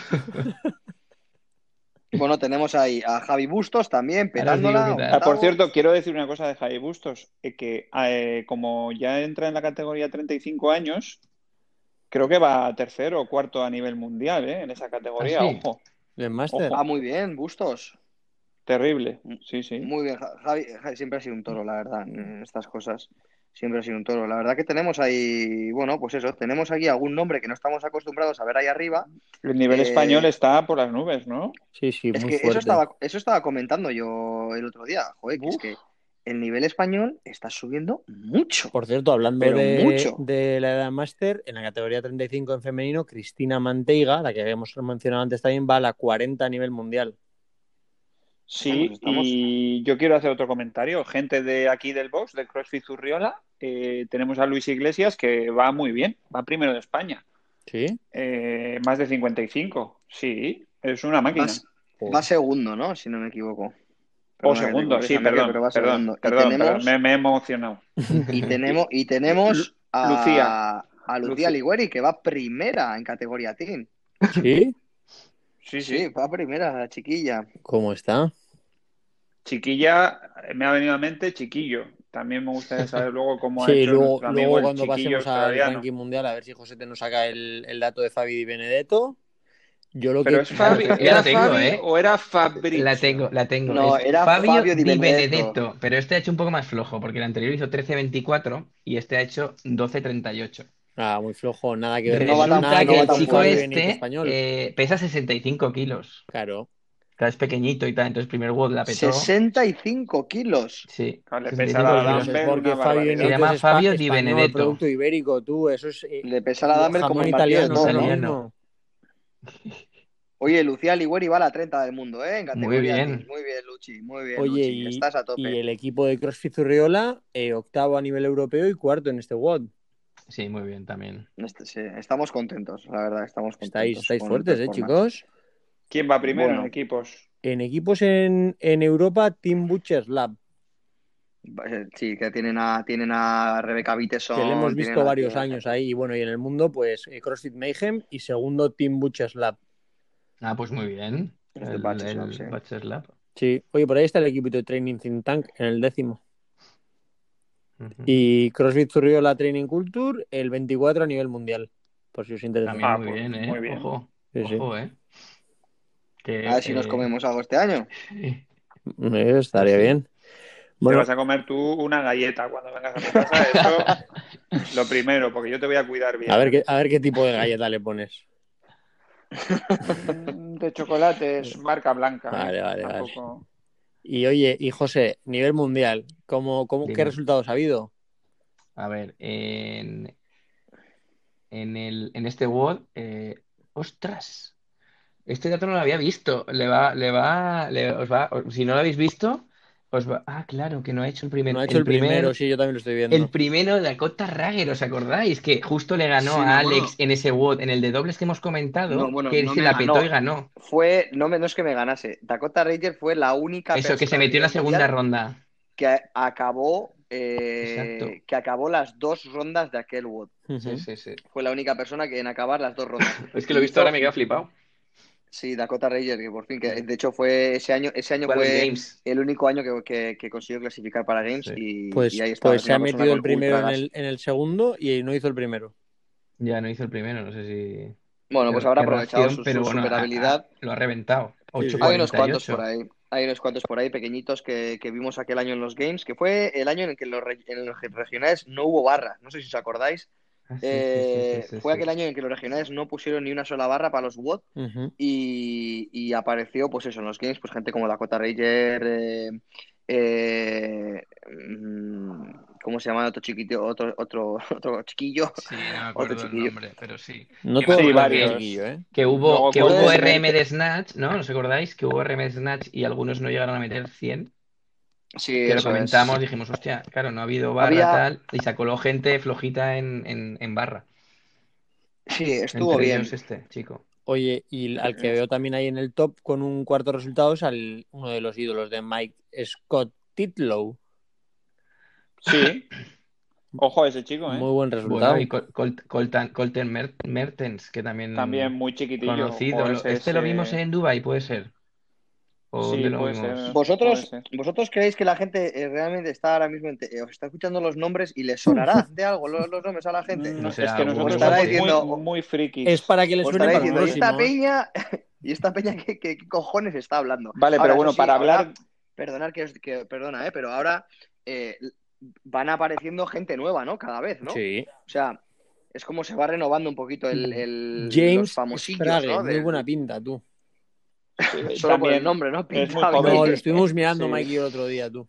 Speaker 5: Bueno, tenemos ahí a Javi Bustos también,
Speaker 7: Ahora os digo
Speaker 5: petándola.
Speaker 7: qué tal.
Speaker 6: Ah, por
Speaker 5: octavo.
Speaker 6: cierto, quiero decir una cosa de Javi Bustos, eh, que eh, como ya entra en la categoría 35 años, creo que va tercero o cuarto a nivel mundial, ¿eh? En esa categoría,
Speaker 7: ¿Ah, sí?
Speaker 6: ojo,
Speaker 4: El máster.
Speaker 6: Ojo.
Speaker 5: Ah, muy bien, Bustos.
Speaker 6: terrible. Sí, sí.
Speaker 5: Muy bien, Ja- Javi, Javi siempre ha sido un toro, la verdad, en estas cosas. Siempre ha sido un toro. La verdad que tenemos ahí, bueno, pues eso, tenemos aquí algún nombre que no estamos acostumbrados a ver ahí arriba.
Speaker 6: El nivel
Speaker 5: Eh,
Speaker 6: español está por las nubes, ¿no?
Speaker 4: Sí, sí,
Speaker 5: Es
Speaker 4: muy
Speaker 5: que eso
Speaker 4: fuerte.
Speaker 5: estaba, eso estaba comentando yo el otro día, joder, que es
Speaker 6: Uf.
Speaker 5: que el nivel español está subiendo mucho.
Speaker 4: Por cierto, hablando
Speaker 5: Pero
Speaker 4: de,
Speaker 5: mucho.
Speaker 4: de la edad máster, en la categoría 35 en femenino, Cristina Manteiga, la que habíamos mencionado antes también, va a la 40 a nivel mundial.
Speaker 6: Sí,
Speaker 5: Bueno, estamos-
Speaker 6: y yo quiero hacer otro comentario. Gente de aquí del box, del CrossFit Zurriola, eh, tenemos a Luis Iglesias que va muy bien, va primero de España,
Speaker 4: ¿Sí?
Speaker 6: Eh, más de 55. Sí, es una máquina.
Speaker 5: Más- Va segundo, ¿no? Si no me equivoco.
Speaker 6: O
Speaker 5: Perdona que te
Speaker 6: segundo,
Speaker 5: corrija,
Speaker 6: sí,
Speaker 5: Enrique,
Speaker 6: perdón,
Speaker 5: pero va
Speaker 6: perdón,
Speaker 5: segundo. Y
Speaker 6: perdón,
Speaker 5: tenemos-
Speaker 6: perdón, me, me he emocionado.
Speaker 5: Y tenemos, y tenemos a
Speaker 6: Lucía.
Speaker 5: a Lucía
Speaker 6: Lucía.
Speaker 5: Ligueri, que va primera en categoría Teen.
Speaker 4: ¿Sí?
Speaker 6: Sí, sí.
Speaker 5: Sí, va primera la chiquilla.
Speaker 4: ¿Cómo está?
Speaker 6: Chiquilla, eh, me ha venido a mente chiquillo. También me gustaría saber luego cómo ha
Speaker 4: Sí,
Speaker 6: hecho
Speaker 4: luego,
Speaker 6: nuestro amigo
Speaker 4: luego
Speaker 6: el
Speaker 4: cuando
Speaker 6: chiquillo
Speaker 4: pasemos al
Speaker 6: australiano.
Speaker 4: ranking mundial, a ver si José te nos saca el, el dato de Fabi Di Benedetto. Yo lo
Speaker 6: Pero
Speaker 4: que.
Speaker 6: es Fabi,
Speaker 7: Ya
Speaker 6: ¿era
Speaker 7: la tengo,
Speaker 6: Fabi
Speaker 7: ¿eh?
Speaker 6: o era Fabricio?
Speaker 7: La tengo, la tengo.
Speaker 5: No,
Speaker 7: Es
Speaker 5: era
Speaker 7: Fabio
Speaker 5: Fabio Di
Speaker 7: Di
Speaker 5: Benedetto.
Speaker 7: Benedetto, pero este ha hecho un poco más flojo, porque el anterior hizo 13.24 y este ha hecho 12.38.
Speaker 4: Ah, muy flojo, nada que ver.
Speaker 5: No va
Speaker 4: con-
Speaker 5: tan-
Speaker 4: nada
Speaker 7: Resulta
Speaker 5: no
Speaker 7: que
Speaker 5: va
Speaker 7: el
Speaker 5: tan
Speaker 4: con
Speaker 7: chico
Speaker 4: Fabi
Speaker 5: fuerte.
Speaker 4: Benito
Speaker 7: este
Speaker 4: español.
Speaker 7: eh, pesa 65 kilos.
Speaker 4: Claro.
Speaker 7: Claro, es pequeñito y tal, entonces primer WOD la petó.
Speaker 5: 65 kilos.
Speaker 7: Sí,
Speaker 6: Vale,
Speaker 7: 65
Speaker 6: Ah, pesa la
Speaker 4: Pero
Speaker 7: kilos.
Speaker 4: eso
Speaker 6: Dumbbell,
Speaker 4: es porque
Speaker 6: una
Speaker 4: Fabi
Speaker 6: barbaridad.
Speaker 4: Benito
Speaker 7: Se llama
Speaker 4: es espa-
Speaker 7: Fabio Di
Speaker 4: español,
Speaker 7: Benedetto.
Speaker 4: producto ibérico, tú. Eso es eh,
Speaker 5: Le pesa la Dumber como
Speaker 4: jamón
Speaker 5: el batido de
Speaker 4: italiano,
Speaker 5: todo, ¿no?
Speaker 7: italiano.
Speaker 5: Oye, Lucía Ligueri va a la 30 del mundo, ¿eh? En categoría
Speaker 7: Muy bien.
Speaker 5: Teen. Muy bien, Luchi. Muy bien,
Speaker 4: Oye,
Speaker 5: Luchi.
Speaker 4: y,
Speaker 5: Estás a tope.
Speaker 4: y el equipo de CrossFit Zurriola, eh, octavo a nivel europeo y cuarto en este WOD.
Speaker 7: Sí, muy bien también.
Speaker 5: Este- sí, estamos contentos, la verdad, estamos contentos.
Speaker 4: Estáis, estáis
Speaker 5: con el
Speaker 4: fuertes, ¿eh,
Speaker 5: performance.
Speaker 4: chicos?
Speaker 6: ¿Quién va primero
Speaker 5: Bueno.
Speaker 6: en equipos?
Speaker 4: En equipos en, en Europa, Team Butchers Lab,
Speaker 5: Eh, Sí, que tienen a, tienen a Rebeca Viteson.
Speaker 4: que le hemos
Speaker 5: tienen
Speaker 4: visto
Speaker 5: a-
Speaker 4: varios años ahí. Y bueno, y en el mundo, pues eh, CrossFit Mayhem y segundo Team Butchers Lab.
Speaker 7: Ah, pues muy bien.
Speaker 5: Es de
Speaker 7: El,
Speaker 5: Bachelors
Speaker 7: el
Speaker 5: Lab, sí.
Speaker 7: Bachelors Lab.
Speaker 4: Sí, oye, por ahí está el equipito de Training Think Tank en el décimo.
Speaker 7: Ujú.
Speaker 4: Y CrossFit Zurriola Training Culture, el 24 a nivel mundial. por si os interesa.
Speaker 7: También
Speaker 6: Ah,
Speaker 7: muy
Speaker 6: pues,
Speaker 7: bien, ¿eh?
Speaker 6: muy bien.
Speaker 7: Ojo,
Speaker 4: Sí, sí.
Speaker 7: ojo, ¿eh? Que,
Speaker 5: A ver si nos
Speaker 7: eh,
Speaker 5: comemos algo este año.
Speaker 4: Eh, estaría bien.
Speaker 6: Te
Speaker 4: Bueno,
Speaker 6: vas a comer tú una galleta cuando vengas a mi casa. Eso, lo primero, porque yo te voy a cuidar bien.
Speaker 4: a ver, qué, a ver qué tipo de galleta le pones. eh,
Speaker 6: Mm, De chocolates, marca blanca. ¿eh?
Speaker 4: Vale, vale, vale.
Speaker 6: Tampoco-
Speaker 4: Y oye, y José, nivel mundial, ¿cómo, cómo, ¿qué
Speaker 7: Dime.
Speaker 4: resultados ha habido?
Speaker 7: A ver, en, en, el, en este World, eh, ostras, este dato no lo había visto. Le va, le va, le- os va, os- si no lo habéis visto, os va. Ah, claro, que no ha hecho el primer,
Speaker 4: No ha hecho
Speaker 7: el
Speaker 4: el, primero,
Speaker 7: primer,
Speaker 4: sí, yo también lo estoy viendo.
Speaker 7: el primero Dakota Rager, ¿os acordáis? Que justo le ganó
Speaker 5: Sí,
Speaker 7: a
Speaker 5: me
Speaker 7: Alex
Speaker 5: acuerdo.
Speaker 7: en ese World, en el de dobles que hemos comentado,
Speaker 5: No, bueno,
Speaker 7: que
Speaker 5: no
Speaker 7: se
Speaker 5: me
Speaker 7: la petó
Speaker 5: ganó.
Speaker 7: y ganó.
Speaker 5: Fue, no, me- no es que me ganase. Dakota Ranger fue la única
Speaker 7: Eso, que se
Speaker 5: persona
Speaker 7: metió en la
Speaker 5: a nivel
Speaker 7: segunda
Speaker 5: mundial
Speaker 7: ronda.
Speaker 5: que a- acabó eh,
Speaker 7: Exacto.
Speaker 5: que acabó las dos rondas de aquel WOD.
Speaker 4: Ujú.
Speaker 7: Sí, sí, sí.
Speaker 5: Fue la única persona que en acabar las dos rondas.
Speaker 7: Es que lo he visto ahora y me he quedado flipado.
Speaker 5: Sí, Dakota Ranger, que por fin, que de hecho fue ese año, ese año
Speaker 7: Igual los
Speaker 5: este fue
Speaker 7: Games.
Speaker 5: el único año que, que, que consiguió clasificar para Games
Speaker 7: Sí.
Speaker 5: y,
Speaker 4: Pues,
Speaker 5: y ahí está.
Speaker 4: pues se ha metido el primero en el, en el segundo y no hizo el primero.
Speaker 7: Ya no hizo el primero, no sé si.
Speaker 5: Bueno, pues habrá aprovechado su,
Speaker 7: pero
Speaker 5: su
Speaker 7: bueno,
Speaker 5: super
Speaker 7: ha-
Speaker 5: habilidad.
Speaker 7: ha- lo ha reventado.
Speaker 4: Sí, sí.
Speaker 5: Hay unos cuantos por
Speaker 7: 8.48.
Speaker 5: ahí. Hay unos cuantos por ahí pequeñitos que, que vimos aquel año en los Games, que fue el año en el que en los, re- en los regionales no hubo barra. No sé si os acordáis.
Speaker 7: Ah, sí, sí, sí,
Speaker 5: Eh,
Speaker 7: sí, sí,
Speaker 5: fue
Speaker 7: sí.
Speaker 5: aquel año en el que los regionales no pusieron ni una sola barra para los WOD
Speaker 4: Ujú.
Speaker 5: y, y apareció, pues eso, en los games, pues gente como Dakota Ranger, eh, eh, mm, ¿cómo se llama? Otro chiquito, otro, otro, otro chiquillo.
Speaker 7: Sí, no me acuerdo el
Speaker 5: chiquillo.
Speaker 7: nombre, pero sí.
Speaker 4: No
Speaker 7: Sí,
Speaker 4: todos los
Speaker 6: varios.
Speaker 4: del guillo, ¿eh?
Speaker 7: Que hubo,
Speaker 6: Luego
Speaker 7: que
Speaker 5: puedes
Speaker 7: hubo
Speaker 5: meter-
Speaker 7: RM de Snatch, ¿no? ¿No os acordáis? Que hubo RM de Snatch y algunos no llegaron a meter 100.
Speaker 5: Sí,
Speaker 7: Que lo
Speaker 5: eso es.
Speaker 7: comentamos, dijimos, hostia, claro, no ha habido barra
Speaker 5: Había-
Speaker 7: tal. Y se coló gente flojita en, en, en barra.
Speaker 5: Sí, estuvo
Speaker 7: Entre
Speaker 5: bien.
Speaker 7: ellos este chico.
Speaker 4: Oye, y al que veo también ahí en el top con un cuarto resultado es al uno de los ídolos de Mike Scott Titlow.
Speaker 6: Sí. Ojo a ese chico,
Speaker 5: Oh,
Speaker 6: ¿eh?
Speaker 4: Muy buen
Speaker 7: Bueno,
Speaker 4: resultado.
Speaker 7: y Col- Col- Coltan- Colten Mer- Mertens, que también,
Speaker 6: También muy chiquitillo.
Speaker 7: Mm, conocido.
Speaker 6: Ojo,
Speaker 7: Lo-
Speaker 6: ese-
Speaker 7: Este lo
Speaker 6: ese-
Speaker 7: vimos en Dubai, puede ser. ¿O
Speaker 6: Sí,
Speaker 7: dónde lo
Speaker 6: puede
Speaker 7: vimos?
Speaker 6: ser.
Speaker 5: ¿Vosotros,
Speaker 6: Puede ser.
Speaker 5: ¿Vosotros creéis que la gente eh, realmente está ahora mismo, ente- eh, os está escuchando los nombres y les sonará de algo lo- los, nombres a la gente?
Speaker 6: Mm,
Speaker 7: No sé,
Speaker 6: es que
Speaker 7: algo
Speaker 6: nosotros
Speaker 5: estará
Speaker 6: somos
Speaker 5: diciendo-
Speaker 6: muy, muy frikis.
Speaker 4: Es para que le
Speaker 5: Os
Speaker 4: suene
Speaker 5: estará
Speaker 4: para
Speaker 5: diciendo,
Speaker 4: el
Speaker 5: ¿y esta
Speaker 4: próximo, ¿eh?
Speaker 5: peña? ¿Y esta peña qué, qué- qué cojones está hablando?
Speaker 6: Vale,
Speaker 5: Ahora,
Speaker 6: pero bueno,
Speaker 5: eso sí,
Speaker 6: para
Speaker 5: ahora-
Speaker 6: hablar.
Speaker 5: Perdonar que, os- que perdona, ¿eh? pero ahora eh, van apareciendo gente nueva, ¿no? Cada vez, ¿no?
Speaker 4: Sí. Mm.
Speaker 5: O sea, es como se va renovando un poquito el, el- los
Speaker 4: James
Speaker 5: famosillos,
Speaker 4: Sprague,
Speaker 5: ¿no?
Speaker 4: muy
Speaker 5: Del-
Speaker 4: buena pinta, tú.
Speaker 6: eh,
Speaker 5: Solo por
Speaker 6: también-
Speaker 5: el nombre, ¿no?
Speaker 6: es muy
Speaker 5: Pinta
Speaker 6: joven.
Speaker 5: bien.
Speaker 4: No,
Speaker 6: Obviamente.
Speaker 4: lo estuvimos mirando,
Speaker 6: Sí.
Speaker 4: Mike, y yo el otro día, tú.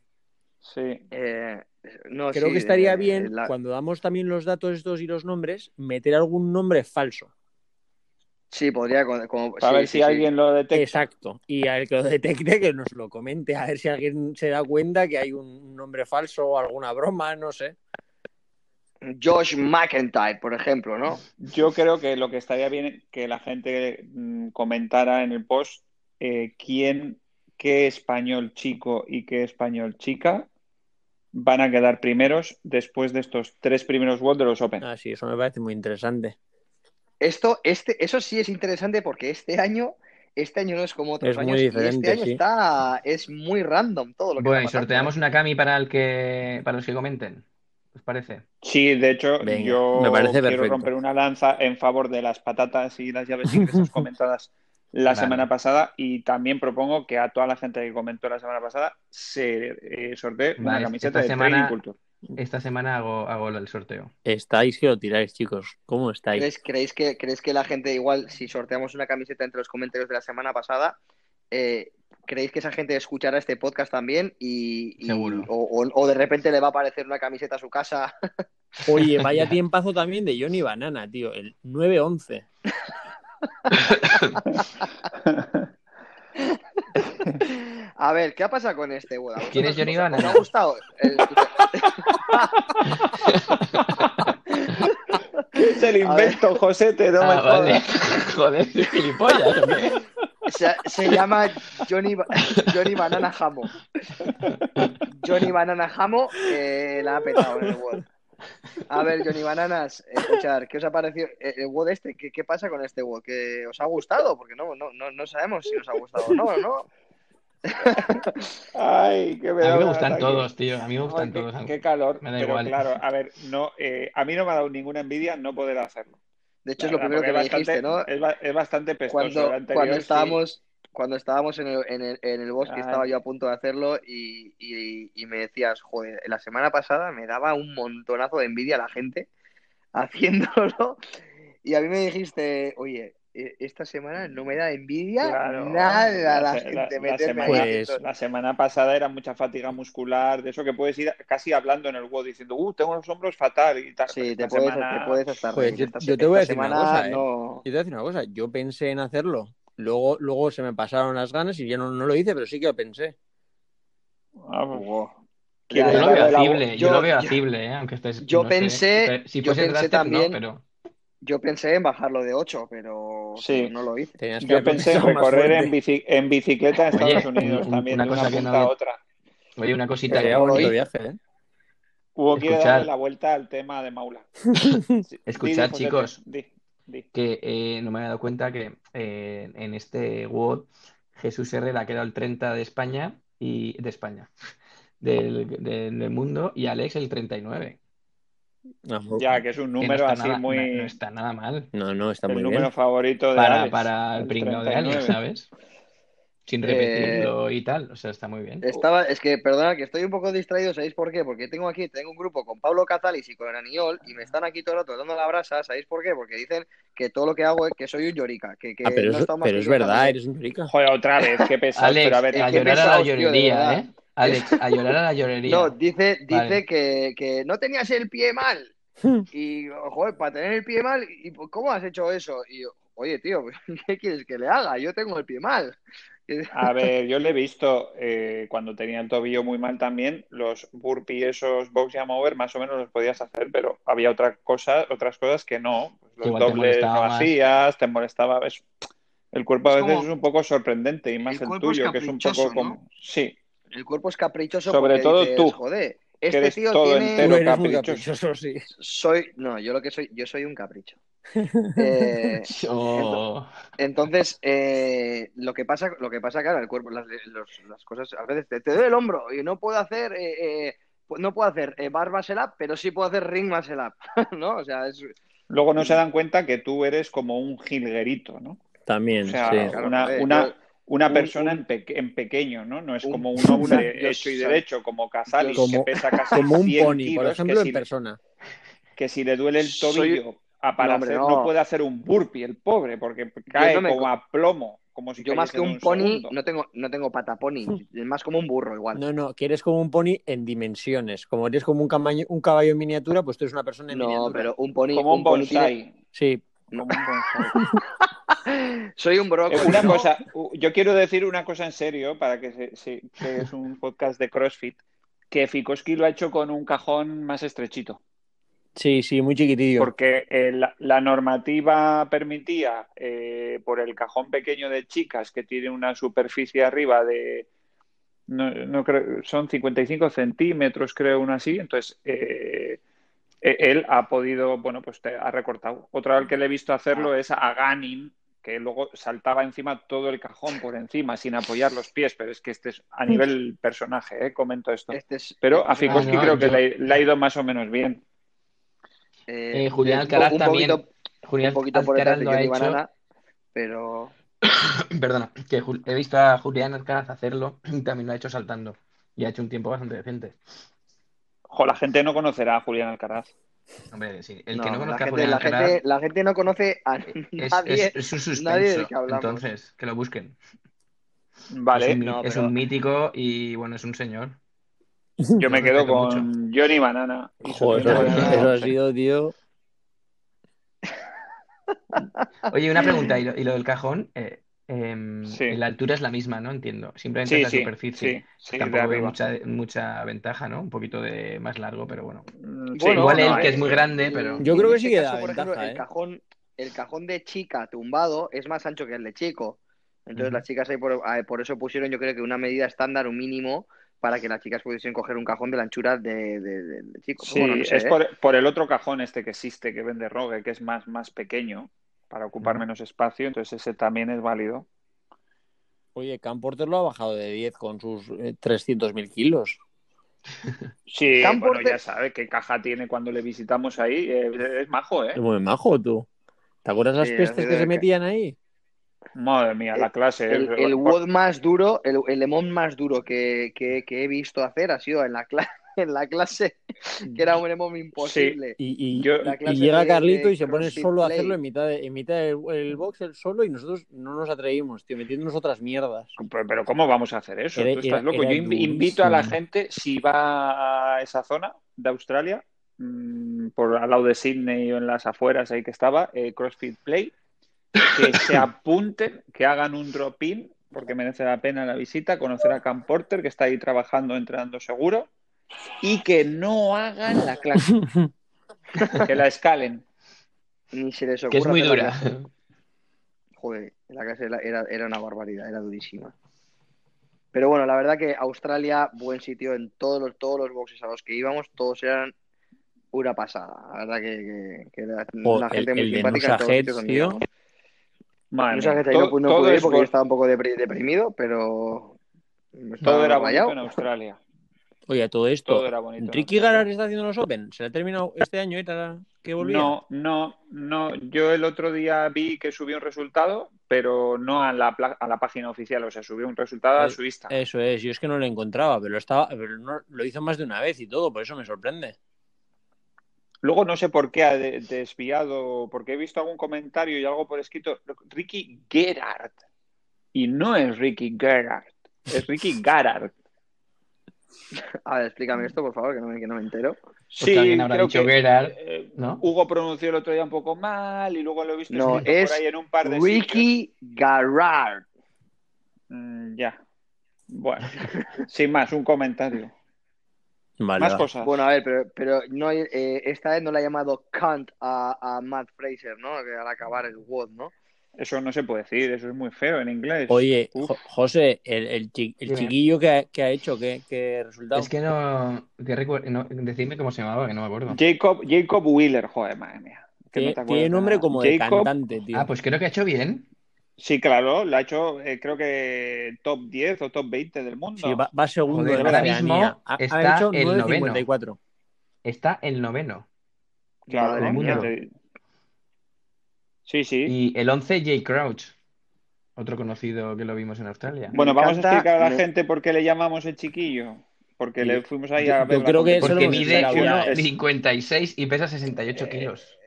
Speaker 6: Sí.
Speaker 5: Eh, no,
Speaker 4: Creo
Speaker 5: sí,
Speaker 4: que estaría
Speaker 5: eh,
Speaker 4: bien,
Speaker 5: la-
Speaker 4: cuando damos también los datos estos y los nombres, meter algún nombre falso.
Speaker 5: Sí, podría con- como...
Speaker 6: Para
Speaker 5: sí,
Speaker 6: ver
Speaker 5: sí,
Speaker 6: si
Speaker 5: sí.
Speaker 6: alguien lo detecta.
Speaker 4: Exacto. Y al que lo detecte, que nos lo comente, a ver si alguien se da cuenta que hay un nombre falso o alguna broma, no sé.
Speaker 5: Josh McIntyre, por ejemplo, ¿no?
Speaker 6: Yo creo que lo que estaría bien que la gente mm, comentara en el post eh, quién, qué español chico y qué español chica van a quedar primeros después de estos tres primeros World de los Open.
Speaker 4: Ah, sí, eso me parece muy interesante.
Speaker 5: Esto, este, eso sí es interesante porque este año, este año no es como otros
Speaker 4: Es muy
Speaker 5: años. y este
Speaker 4: diferente,
Speaker 5: año
Speaker 4: sí.
Speaker 5: está, es muy random todo lo que
Speaker 7: Bueno, y
Speaker 5: está pasando,
Speaker 7: sorteamos una Cami para el que para los que comenten. ¿Os parece?
Speaker 6: Sí, de hecho,
Speaker 4: Venga,
Speaker 6: yo
Speaker 4: me parece
Speaker 6: quiero
Speaker 4: perfecto.
Speaker 6: romper una lanza en favor de las patatas y las llaves inglesas comentadas la
Speaker 7: Vale.
Speaker 6: semana pasada y también propongo que a toda la gente que comentó la semana pasada se eh, sortee una
Speaker 7: Vale,
Speaker 6: camiseta
Speaker 7: esta
Speaker 6: de
Speaker 7: semana-
Speaker 6: Training Culture.
Speaker 7: Esta semana hago, hago el sorteo.
Speaker 4: Estáis que lo tiráis, chicos. ¿Cómo estáis?
Speaker 5: ¿Creéis, creéis que, ¿Creéis que la gente, igual, si sorteamos una camiseta entre los comentarios de la semana pasada, eh, creéis que esa gente escuchará este podcast también? Y, y-
Speaker 7: Seguro.
Speaker 5: O, o- o de repente le va a aparecer una camiseta a su casa.
Speaker 4: Oye, vaya tiempazo también de Johnny Banana, tío. El 9-11.
Speaker 5: A ver, ¿qué ha pasado con este? Bueno, ¿a
Speaker 7: ¿Quién es
Speaker 5: vosotros
Speaker 7: Johnny
Speaker 5: os-
Speaker 7: Banana?
Speaker 5: ¿Os ha gustado? El-
Speaker 6: Es el invento, José, te no me
Speaker 7: Ah, vale.
Speaker 6: jodas.
Speaker 7: Joder, soy gilipollas. ¿o qué?
Speaker 5: se, se llama Johnny, Ba- Johnny Banana Jamo. Johnny Banana Jamo eh, la ha petado en el WOD. A ver, Johnny Bananas, escuchar, ¿qué os ha parecido eh, el WOD este? ¿Qué, qué pasa con este WOD? ¿Que os ha gustado? Porque no, no, no, no sabemos si os ha gustado o no, ¿no?
Speaker 6: Ay, que me
Speaker 7: A
Speaker 6: da
Speaker 7: mí me
Speaker 6: un
Speaker 7: gustan
Speaker 6: ataque.
Speaker 7: todos, tío. A mí me
Speaker 6: Ay,
Speaker 7: gustan
Speaker 6: qué,
Speaker 7: todos.
Speaker 6: qué calor.
Speaker 7: Me da
Speaker 6: Pero
Speaker 7: igual.
Speaker 6: claro, a ver, no, eh, a mí no me ha dado ninguna envidia no poder hacerlo.
Speaker 5: De hecho, es
Speaker 6: La
Speaker 5: lo primero
Speaker 6: verdad,
Speaker 5: que me
Speaker 6: porque es
Speaker 5: dijiste, ¿no?
Speaker 6: bastante- Es, ba- es bastante pestoso.
Speaker 5: cuando,
Speaker 6: el anterior,
Speaker 5: cuando
Speaker 6: sí.
Speaker 5: estábamos, cuando estábamos en el, en el- en el bosque,
Speaker 6: Ay.
Speaker 5: estaba yo a punto de hacerlo y, y- y me decías, joder, la semana pasada me daba un montonazo de envidia a la gente haciéndolo. Y a mí me dijiste, oye, eh, esta semana no me da envidia
Speaker 6: Claro,
Speaker 5: nada
Speaker 6: la
Speaker 5: a la,
Speaker 6: se- la-
Speaker 5: gente
Speaker 6: la
Speaker 5: meterme ahí
Speaker 6: semana-
Speaker 4: Pues,
Speaker 5: haciendo-
Speaker 6: La semana pasada era mucha fatiga muscular, de eso que puedes ir casi hablando en el WOD diciendo, uh, tengo los hombros fatal y tal.
Speaker 5: Sí, te
Speaker 6: pues, Esta
Speaker 5: puedes,
Speaker 6: semana-
Speaker 5: te puedes hasta
Speaker 4: Pues
Speaker 5: reír.
Speaker 4: yo-
Speaker 5: Esta se-
Speaker 4: yo te voy a
Speaker 5: esta
Speaker 4: decir una
Speaker 5: semana
Speaker 4: cosa, ¿eh?
Speaker 5: no.
Speaker 4: Yo te voy a decir una cosa, yo pensé en hacerlo, luego, luego se me pasaron las ganas y ya no, no lo hice, pero sí que lo pensé.
Speaker 6: Ah, pues,
Speaker 5: Ya,
Speaker 6: quiero-
Speaker 7: Yo
Speaker 5: ya,
Speaker 7: lo
Speaker 5: ya,
Speaker 7: veo
Speaker 5: ya,
Speaker 7: hacible, yo
Speaker 5: yo-
Speaker 7: lo veo
Speaker 5: yo-
Speaker 7: hacible, ¿eh? aunque estés.
Speaker 5: yo
Speaker 7: no sé,
Speaker 5: pensé-
Speaker 7: si
Speaker 5: yo
Speaker 7: fuese el
Speaker 5: pensé
Speaker 7: Drastic,
Speaker 5: también-
Speaker 7: no, pero.
Speaker 5: Yo pensé en bajarlo de 8, pero
Speaker 6: Sí.
Speaker 5: no lo hice.
Speaker 4: Tenías que
Speaker 6: Yo
Speaker 4: haber
Speaker 6: pensé en
Speaker 4: pensado más
Speaker 6: recorrer en,
Speaker 4: fuerte.
Speaker 6: bici- en bicicleta a
Speaker 7: Oye,
Speaker 6: Estados
Speaker 7: un-
Speaker 6: Unidos
Speaker 7: un-
Speaker 6: también,
Speaker 7: una
Speaker 6: de una
Speaker 7: cosa que
Speaker 6: punta
Speaker 7: no
Speaker 6: a
Speaker 7: había-
Speaker 6: otra.
Speaker 7: Oye, una cosita
Speaker 4: Sería
Speaker 7: que
Speaker 5: Por
Speaker 4: bonito
Speaker 5: hoy.
Speaker 4: viaje, ¿eh?
Speaker 6: Hugo quiere
Speaker 7: Escuchad.
Speaker 6: darle la vuelta al tema de Maula. Sí,
Speaker 7: Escuchad,
Speaker 6: José,
Speaker 7: chicos.
Speaker 6: di, di.
Speaker 7: que eh, no me había dado cuenta que eh, en este WOD Jesús Herrera ha quedado el 30 de España y de España del, del- del mundo y Alex el 39.
Speaker 4: No,
Speaker 6: Ya, que es un
Speaker 7: Que no
Speaker 6: número
Speaker 7: está
Speaker 6: así
Speaker 7: nada,
Speaker 6: muy...
Speaker 7: no, no está nada mal
Speaker 4: no, no, está
Speaker 6: el
Speaker 4: muy
Speaker 6: número
Speaker 4: bien.
Speaker 6: favorito de
Speaker 7: para,
Speaker 6: Alex,
Speaker 7: para el pringao de Alex,
Speaker 6: 39.
Speaker 7: ¿sabes? Sin
Speaker 5: Eh,
Speaker 7: repetirlo y tal, o sea, está muy bien.
Speaker 5: Estaba, es que, perdona, que estoy un poco distraído, ¿sabéis por qué? Porque tengo aquí, tengo un grupo con Pablo Catalis y con Aniol y me están aquí todo el rato dando la brasa, ¿sabéis por qué? Porque dicen que todo lo que hago es que soy un llorica, que, que
Speaker 4: Ah, pero,
Speaker 5: no
Speaker 4: es,
Speaker 5: estamos
Speaker 4: pero es
Speaker 5: disfrutando.
Speaker 4: verdad, eh, eres un llorica.
Speaker 6: Joder, otra vez, qué pesado.
Speaker 7: Alex,
Speaker 6: Pero a ver,
Speaker 5: eh,
Speaker 7: a
Speaker 5: qué
Speaker 7: llorar a la
Speaker 5: pesados, tío, de
Speaker 7: llorería,
Speaker 5: verdad.
Speaker 7: ¿eh? Alex, a llorar a la llorería.
Speaker 5: No, dice, dice
Speaker 7: Vale.
Speaker 5: que, que no tenías el pie mal. Y, oh, joder, para tener el pie mal, ¿y por- ¿cómo has hecho eso? Y yo, oye, tío, ¿qué quieres que le haga? Yo tengo el pie mal.
Speaker 6: a ver, yo le he visto eh, cuando tenía el tobillo muy mal también, los burpees, esos box y a mover, más o menos los podías hacer, pero había otra cosa, otras cosas que no. Pues Los
Speaker 7: Igual te
Speaker 6: dobles no
Speaker 7: molestaba más.
Speaker 6: hacías, te molestaba. ves. El cuerpo a
Speaker 5: Es
Speaker 6: veces
Speaker 5: como-
Speaker 6: es un poco sorprendente y más
Speaker 5: El
Speaker 6: el,
Speaker 5: cuerpo es
Speaker 6: tuyo, que es un
Speaker 5: caprichoso,
Speaker 6: poco
Speaker 5: ¿no?
Speaker 6: como... Sí,
Speaker 5: El cuerpo es caprichoso
Speaker 6: Sobre
Speaker 5: porque
Speaker 6: todo
Speaker 5: dices,
Speaker 6: tú,
Speaker 5: joder,
Speaker 6: que
Speaker 5: este
Speaker 6: eres
Speaker 5: tío
Speaker 6: todo
Speaker 5: tiene...
Speaker 6: entero.
Speaker 4: Tú eres muy
Speaker 6: caprichoso.
Speaker 4: caprichoso, sí.
Speaker 5: Soy, no, yo lo que soy, yo soy un capricho. Eh,
Speaker 7: Oh.
Speaker 5: entonces, eh, lo que pasa, lo que pasa, claro, el cuerpo, las, los- las cosas, a veces te, te duele el hombro y no puedo hacer, eh, eh, pu- no puedo hacer eh, bar muscle up, pero sí puedo hacer ring muscle up, ¿no? O sea, es,
Speaker 6: Luego no
Speaker 5: Mm.
Speaker 6: se dan cuenta que tú eres como un jilguerito, ¿no?
Speaker 4: También,
Speaker 6: O sea,
Speaker 4: sí.
Speaker 5: claro,
Speaker 6: una,
Speaker 5: joder,
Speaker 6: una-
Speaker 5: yo-
Speaker 6: una
Speaker 5: un-
Speaker 6: persona
Speaker 5: un-
Speaker 6: en, peque- en pequeño, ¿no? No es
Speaker 5: un-
Speaker 6: como un hombre
Speaker 5: yo
Speaker 6: hecho y
Speaker 5: sé.
Speaker 6: derecho, como Casalis,
Speaker 4: Como-
Speaker 6: que pesa casi
Speaker 4: Como un
Speaker 6: 100
Speaker 4: pony, por
Speaker 6: kilos,
Speaker 4: ejemplo,
Speaker 6: que,
Speaker 4: en
Speaker 6: si,
Speaker 4: persona.
Speaker 6: que si le duele el
Speaker 5: Soy-
Speaker 6: tobillo a para
Speaker 5: No, hombre,
Speaker 6: hacer-
Speaker 5: no.
Speaker 6: no puede hacer un burpee, el pobre, porque cae
Speaker 5: no me co-
Speaker 6: como a plomo, como si
Speaker 5: yo más que
Speaker 6: cayese de
Speaker 5: un pony,
Speaker 6: segundo.
Speaker 5: no tengo, no tengo pata pony, es más como un burro igual.
Speaker 4: No, no, que eres como un pony en dimensiones. Como eres como un caballo, un caballo en miniatura, pues tú eres una persona en
Speaker 5: No,
Speaker 4: miniatura.
Speaker 5: pero un pony,
Speaker 6: Como un
Speaker 5: un pony tiene-
Speaker 6: bonsai.
Speaker 4: Sí,
Speaker 6: como un bonsai.
Speaker 5: soy un
Speaker 6: Eh,
Speaker 5: brócoli.
Speaker 6: Una
Speaker 5: ¿no?
Speaker 6: cosa, u- yo quiero decir una cosa en serio, para que, se- se- que es un podcast de CrossFit, que Fikoski lo ha hecho con un cajón más estrechito.
Speaker 4: sí, sí, muy chiquitillo.
Speaker 6: Porque eh, la, la normativa permitía, eh, por el cajón pequeño de chicas que tiene una superficie arriba de, no, no creo, son 55 centímetros, creo, una así, entonces eh, e- él ha podido, bueno, pues te ha recortado. Otra vez que le he visto hacerlo
Speaker 5: Ah.
Speaker 6: es a Ganin, que luego saltaba encima todo el cajón por encima sin apoyar los pies, pero es que este es a nivel personaje, eh, comento esto.
Speaker 5: Este es-
Speaker 6: Pero a
Speaker 5: este es
Speaker 6: Fikoski
Speaker 7: no,
Speaker 6: creo que
Speaker 7: yo-
Speaker 6: le, le ha ido más o menos bien.
Speaker 5: Eh,
Speaker 7: Eh, Julián
Speaker 5: un
Speaker 7: Alcaraz
Speaker 5: po- un
Speaker 7: también-
Speaker 5: poquito-
Speaker 7: Julián
Speaker 5: un poquito por detrás
Speaker 7: Alcaraz
Speaker 5: de
Speaker 7: lo ha
Speaker 5: Johnny
Speaker 7: hecho.
Speaker 5: Banana, pero
Speaker 7: Perdona, que Jul- he visto a Julián Alcaraz hacerlo y también lo ha hecho saltando. Y ha hecho un tiempo bastante decente.
Speaker 6: Jo, la gente no conocerá a Julián Alcaraz.
Speaker 7: Hombre, sí, el
Speaker 5: no,
Speaker 7: que no
Speaker 5: la,
Speaker 7: conozca a
Speaker 5: gente,
Speaker 7: Julián
Speaker 5: la,
Speaker 7: Alcaraz
Speaker 5: gente, la gente no conoce a
Speaker 7: es,
Speaker 5: nadie.
Speaker 7: es- es un
Speaker 5: nadie del
Speaker 7: suspenso.
Speaker 5: que hablamos.
Speaker 7: Entonces, que lo busquen.
Speaker 6: Vale,
Speaker 7: es un, mi-
Speaker 5: No,
Speaker 7: es
Speaker 5: pero-
Speaker 7: un mítico y bueno, es un señor.
Speaker 6: yo me
Speaker 7: lo
Speaker 6: quedo
Speaker 7: respeto
Speaker 6: con Johnny Banana. Y su
Speaker 4: Joder,
Speaker 6: Johnny
Speaker 4: eso,
Speaker 5: no, no,
Speaker 4: eso
Speaker 6: Banana.
Speaker 4: ha sido, tío.
Speaker 7: Oye, una pregunta, y lo, y lo del cajón, eh, em,
Speaker 6: Sí.
Speaker 7: la altura es la misma, ¿no? Entiendo. Simplemente es
Speaker 6: Sí,
Speaker 7: la
Speaker 6: sí,
Speaker 7: superficie.
Speaker 6: sí, sí, de
Speaker 7: Tampoco veo
Speaker 6: arriba.
Speaker 7: mucha, mucha ventaja, ¿no? Un poquito de más largo, pero bueno.
Speaker 6: Mm,
Speaker 5: Bueno,
Speaker 7: Igual
Speaker 5: no,
Speaker 7: él, que
Speaker 5: eh,
Speaker 7: es muy grande, pero.
Speaker 4: Yo creo
Speaker 5: en
Speaker 4: que
Speaker 5: este
Speaker 4: sí que
Speaker 5: caso,
Speaker 4: da
Speaker 5: por ejemplo,
Speaker 4: ventaja,
Speaker 5: el
Speaker 4: ¿eh?
Speaker 5: cajón, el cajón de chica tumbado es más ancho que el de chico. Entonces
Speaker 7: Ujú.
Speaker 5: las chicas ahí por, ah, por eso pusieron, yo creo que una medida estándar, un mínimo, para que las chicas pudiesen coger un cajón de la anchura de, de, de- de chico.
Speaker 6: Sí,
Speaker 5: Bueno, no sé,
Speaker 6: es
Speaker 5: ¿eh?
Speaker 6: por, por el otro cajón este que existe, que vende Rogue, que es más, más pequeño, para ocupar
Speaker 7: Ujú.
Speaker 6: menos espacio, entonces ese también es válido.
Speaker 4: Oye, Cam Porter lo ha bajado de 10 con sus eh, 300.000 kilos.
Speaker 6: Sí,
Speaker 5: Cam
Speaker 6: bueno,
Speaker 5: Porter-
Speaker 6: ya sabe qué caja tiene cuando le visitamos ahí. eh, es majo, ¿eh?
Speaker 4: Es muy majo, tú. ¿Te acuerdas las
Speaker 5: Sí,
Speaker 4: pestes
Speaker 5: así
Speaker 4: que
Speaker 5: de
Speaker 4: se
Speaker 5: que-
Speaker 4: metían ahí?
Speaker 6: Madre mía, la clase.
Speaker 5: El,
Speaker 6: eh,
Speaker 5: el
Speaker 6: por-
Speaker 5: WOD más duro, el, el lemón más duro que, que- que he visto hacer ha sido en la, cla- en la clase, que era un lemón imposible.
Speaker 4: Y, y-
Speaker 6: Yo-
Speaker 5: La
Speaker 4: y
Speaker 5: clase
Speaker 4: llega
Speaker 5: de-
Speaker 4: Carlito
Speaker 5: de
Speaker 4: y se pone
Speaker 5: CrossFit
Speaker 4: solo a
Speaker 5: Play.
Speaker 4: hacerlo en mitad, de- en mitad del el box, el solo, y nosotros no nos atrevimos, tío, metiéndonos otras mierdas.
Speaker 6: Pero, pero ¿cómo vamos a hacer eso?
Speaker 4: Era-
Speaker 6: Tú estás
Speaker 4: era-
Speaker 6: loco.
Speaker 4: era
Speaker 6: Yo inv- invito a la
Speaker 4: durísimo.
Speaker 6: gente, si va a esa zona de Australia, mm, por al lado de Sydney o en las afueras ahí que estaba, eh, CrossFit Play, que se apunten, que hagan un drop-in, porque merece la pena la visita, conocer a Cam Porter, que está ahí trabajando, entrenando seguro, y que no hagan la clase, que la escalen.
Speaker 5: Ni se les
Speaker 7: Que es
Speaker 5: ocurra
Speaker 7: muy
Speaker 5: hacer la
Speaker 7: dura.
Speaker 5: clase. Joder, la clase era, era- era una barbaridad, era durísima. Pero bueno, la verdad que Australia, buen sitio en todos los, todos los boxes a los que íbamos, todos eran una pasada. La verdad que, que- que era
Speaker 4: O
Speaker 5: una
Speaker 4: el-
Speaker 5: gente muy
Speaker 4: el de
Speaker 5: simpática en todos los
Speaker 4: Nusajet,
Speaker 5: sitios donde
Speaker 4: tío.
Speaker 5: íbamos.
Speaker 6: Madre
Speaker 5: No sé,
Speaker 6: mía,
Speaker 5: gente, yo no
Speaker 6: todo-
Speaker 5: pu- no
Speaker 6: todo
Speaker 5: pude ir
Speaker 6: es
Speaker 5: porque yo
Speaker 6: bo-
Speaker 5: estaba un poco depre- deprimido, pero
Speaker 6: todo era bonito
Speaker 5: rayado.
Speaker 6: en Australia.
Speaker 4: Oye, a todo esto,
Speaker 6: Todo era bonito. en
Speaker 4: ¿Ricky
Speaker 6: Australia.
Speaker 4: Garar está haciendo los Open? ¿Se le ha terminado este año, era que volvía?
Speaker 6: No, no, no. Yo el otro día vi que subió un resultado, pero no a la, pla- a la página oficial. O sea, subió un resultado a
Speaker 4: Eh,
Speaker 6: su Insta.
Speaker 4: Eso es, yo es que no lo encontraba, pero, estaba, pero no- lo hizo más de una vez y todo, por eso me sorprende.
Speaker 6: Luego no sé por qué ha de- desviado, porque he visto algún comentario y algo por escrito. Ricky Gerard. Y no es Ricky Gerard, es Ricky Garard.
Speaker 5: A ver, explícame esto, por favor, que no me, que no me entero.
Speaker 6: Sí,
Speaker 7: Pues alguien habrá
Speaker 6: creo
Speaker 7: dicho
Speaker 6: que
Speaker 7: Gerard,
Speaker 6: eh,
Speaker 7: ¿no?
Speaker 6: Hugo pronunció el otro día un poco mal y luego lo he visto
Speaker 5: No,
Speaker 6: escrito
Speaker 5: es
Speaker 6: por ahí en un par de sitios.
Speaker 5: Ricky Garrard.
Speaker 6: Mm, ya. Bueno, sin más, un comentario.
Speaker 4: Vale,
Speaker 6: Más
Speaker 4: va.
Speaker 6: cosas.
Speaker 5: Bueno, a ver, pero, pero no, hay- eh, esta vez no le ha llamado Kant a, a Matt Fraser, ¿no? Que Al acabar el WOD, ¿no?
Speaker 6: Eso no se puede decir, eso es muy feo en inglés.
Speaker 4: Oye,
Speaker 6: Uf.
Speaker 4: Jo- José, el, el chi- el
Speaker 7: Dime.
Speaker 4: chiquillo que ha, que ha hecho, ¿qué, qué resultado?
Speaker 7: Es que no, que recuer- no- Decidme cómo se llamaba, que no me acuerdo.
Speaker 6: Jacob, Jacob Wheeler, joder, madre mía. que no
Speaker 4: Tiene,
Speaker 6: te acuerdas
Speaker 4: tiene
Speaker 6: de
Speaker 4: nombre
Speaker 6: nada.
Speaker 4: como de
Speaker 6: Jacob-
Speaker 4: cantante, tío.
Speaker 7: Ah, pues creo que ha hecho bien.
Speaker 6: Sí, claro, la ha hecho, eh, creo que top 10 o top 20 del mundo.
Speaker 4: Sí, va, va segundo
Speaker 7: Joder,
Speaker 4: en
Speaker 7: ahora
Speaker 4: la
Speaker 7: mismo
Speaker 4: ciudadanía. Ha, ha
Speaker 7: está
Speaker 4: hecho
Speaker 7: el
Speaker 4: 9.54.
Speaker 7: Está el noveno.
Speaker 6: Claro,
Speaker 5: Madre
Speaker 7: mía.
Speaker 6: ya te- Sí, sí.
Speaker 7: Y el once, Jay Crouch. Otro conocido que lo vimos en Australia.
Speaker 6: Bueno,
Speaker 5: me
Speaker 6: vamos a
Speaker 5: encanta-
Speaker 6: explicar a la
Speaker 5: me-
Speaker 6: gente por qué le llamamos el chiquillo. Porque le fuimos ahí a
Speaker 4: yo- yo
Speaker 6: ver la
Speaker 4: creo que eso lo
Speaker 7: Porque
Speaker 6: competición.
Speaker 4: hemos
Speaker 7: mide
Speaker 4: explicado
Speaker 6: El-
Speaker 4: una
Speaker 7: 1,56 y pesa
Speaker 5: Eh,
Speaker 7: 68 kilos.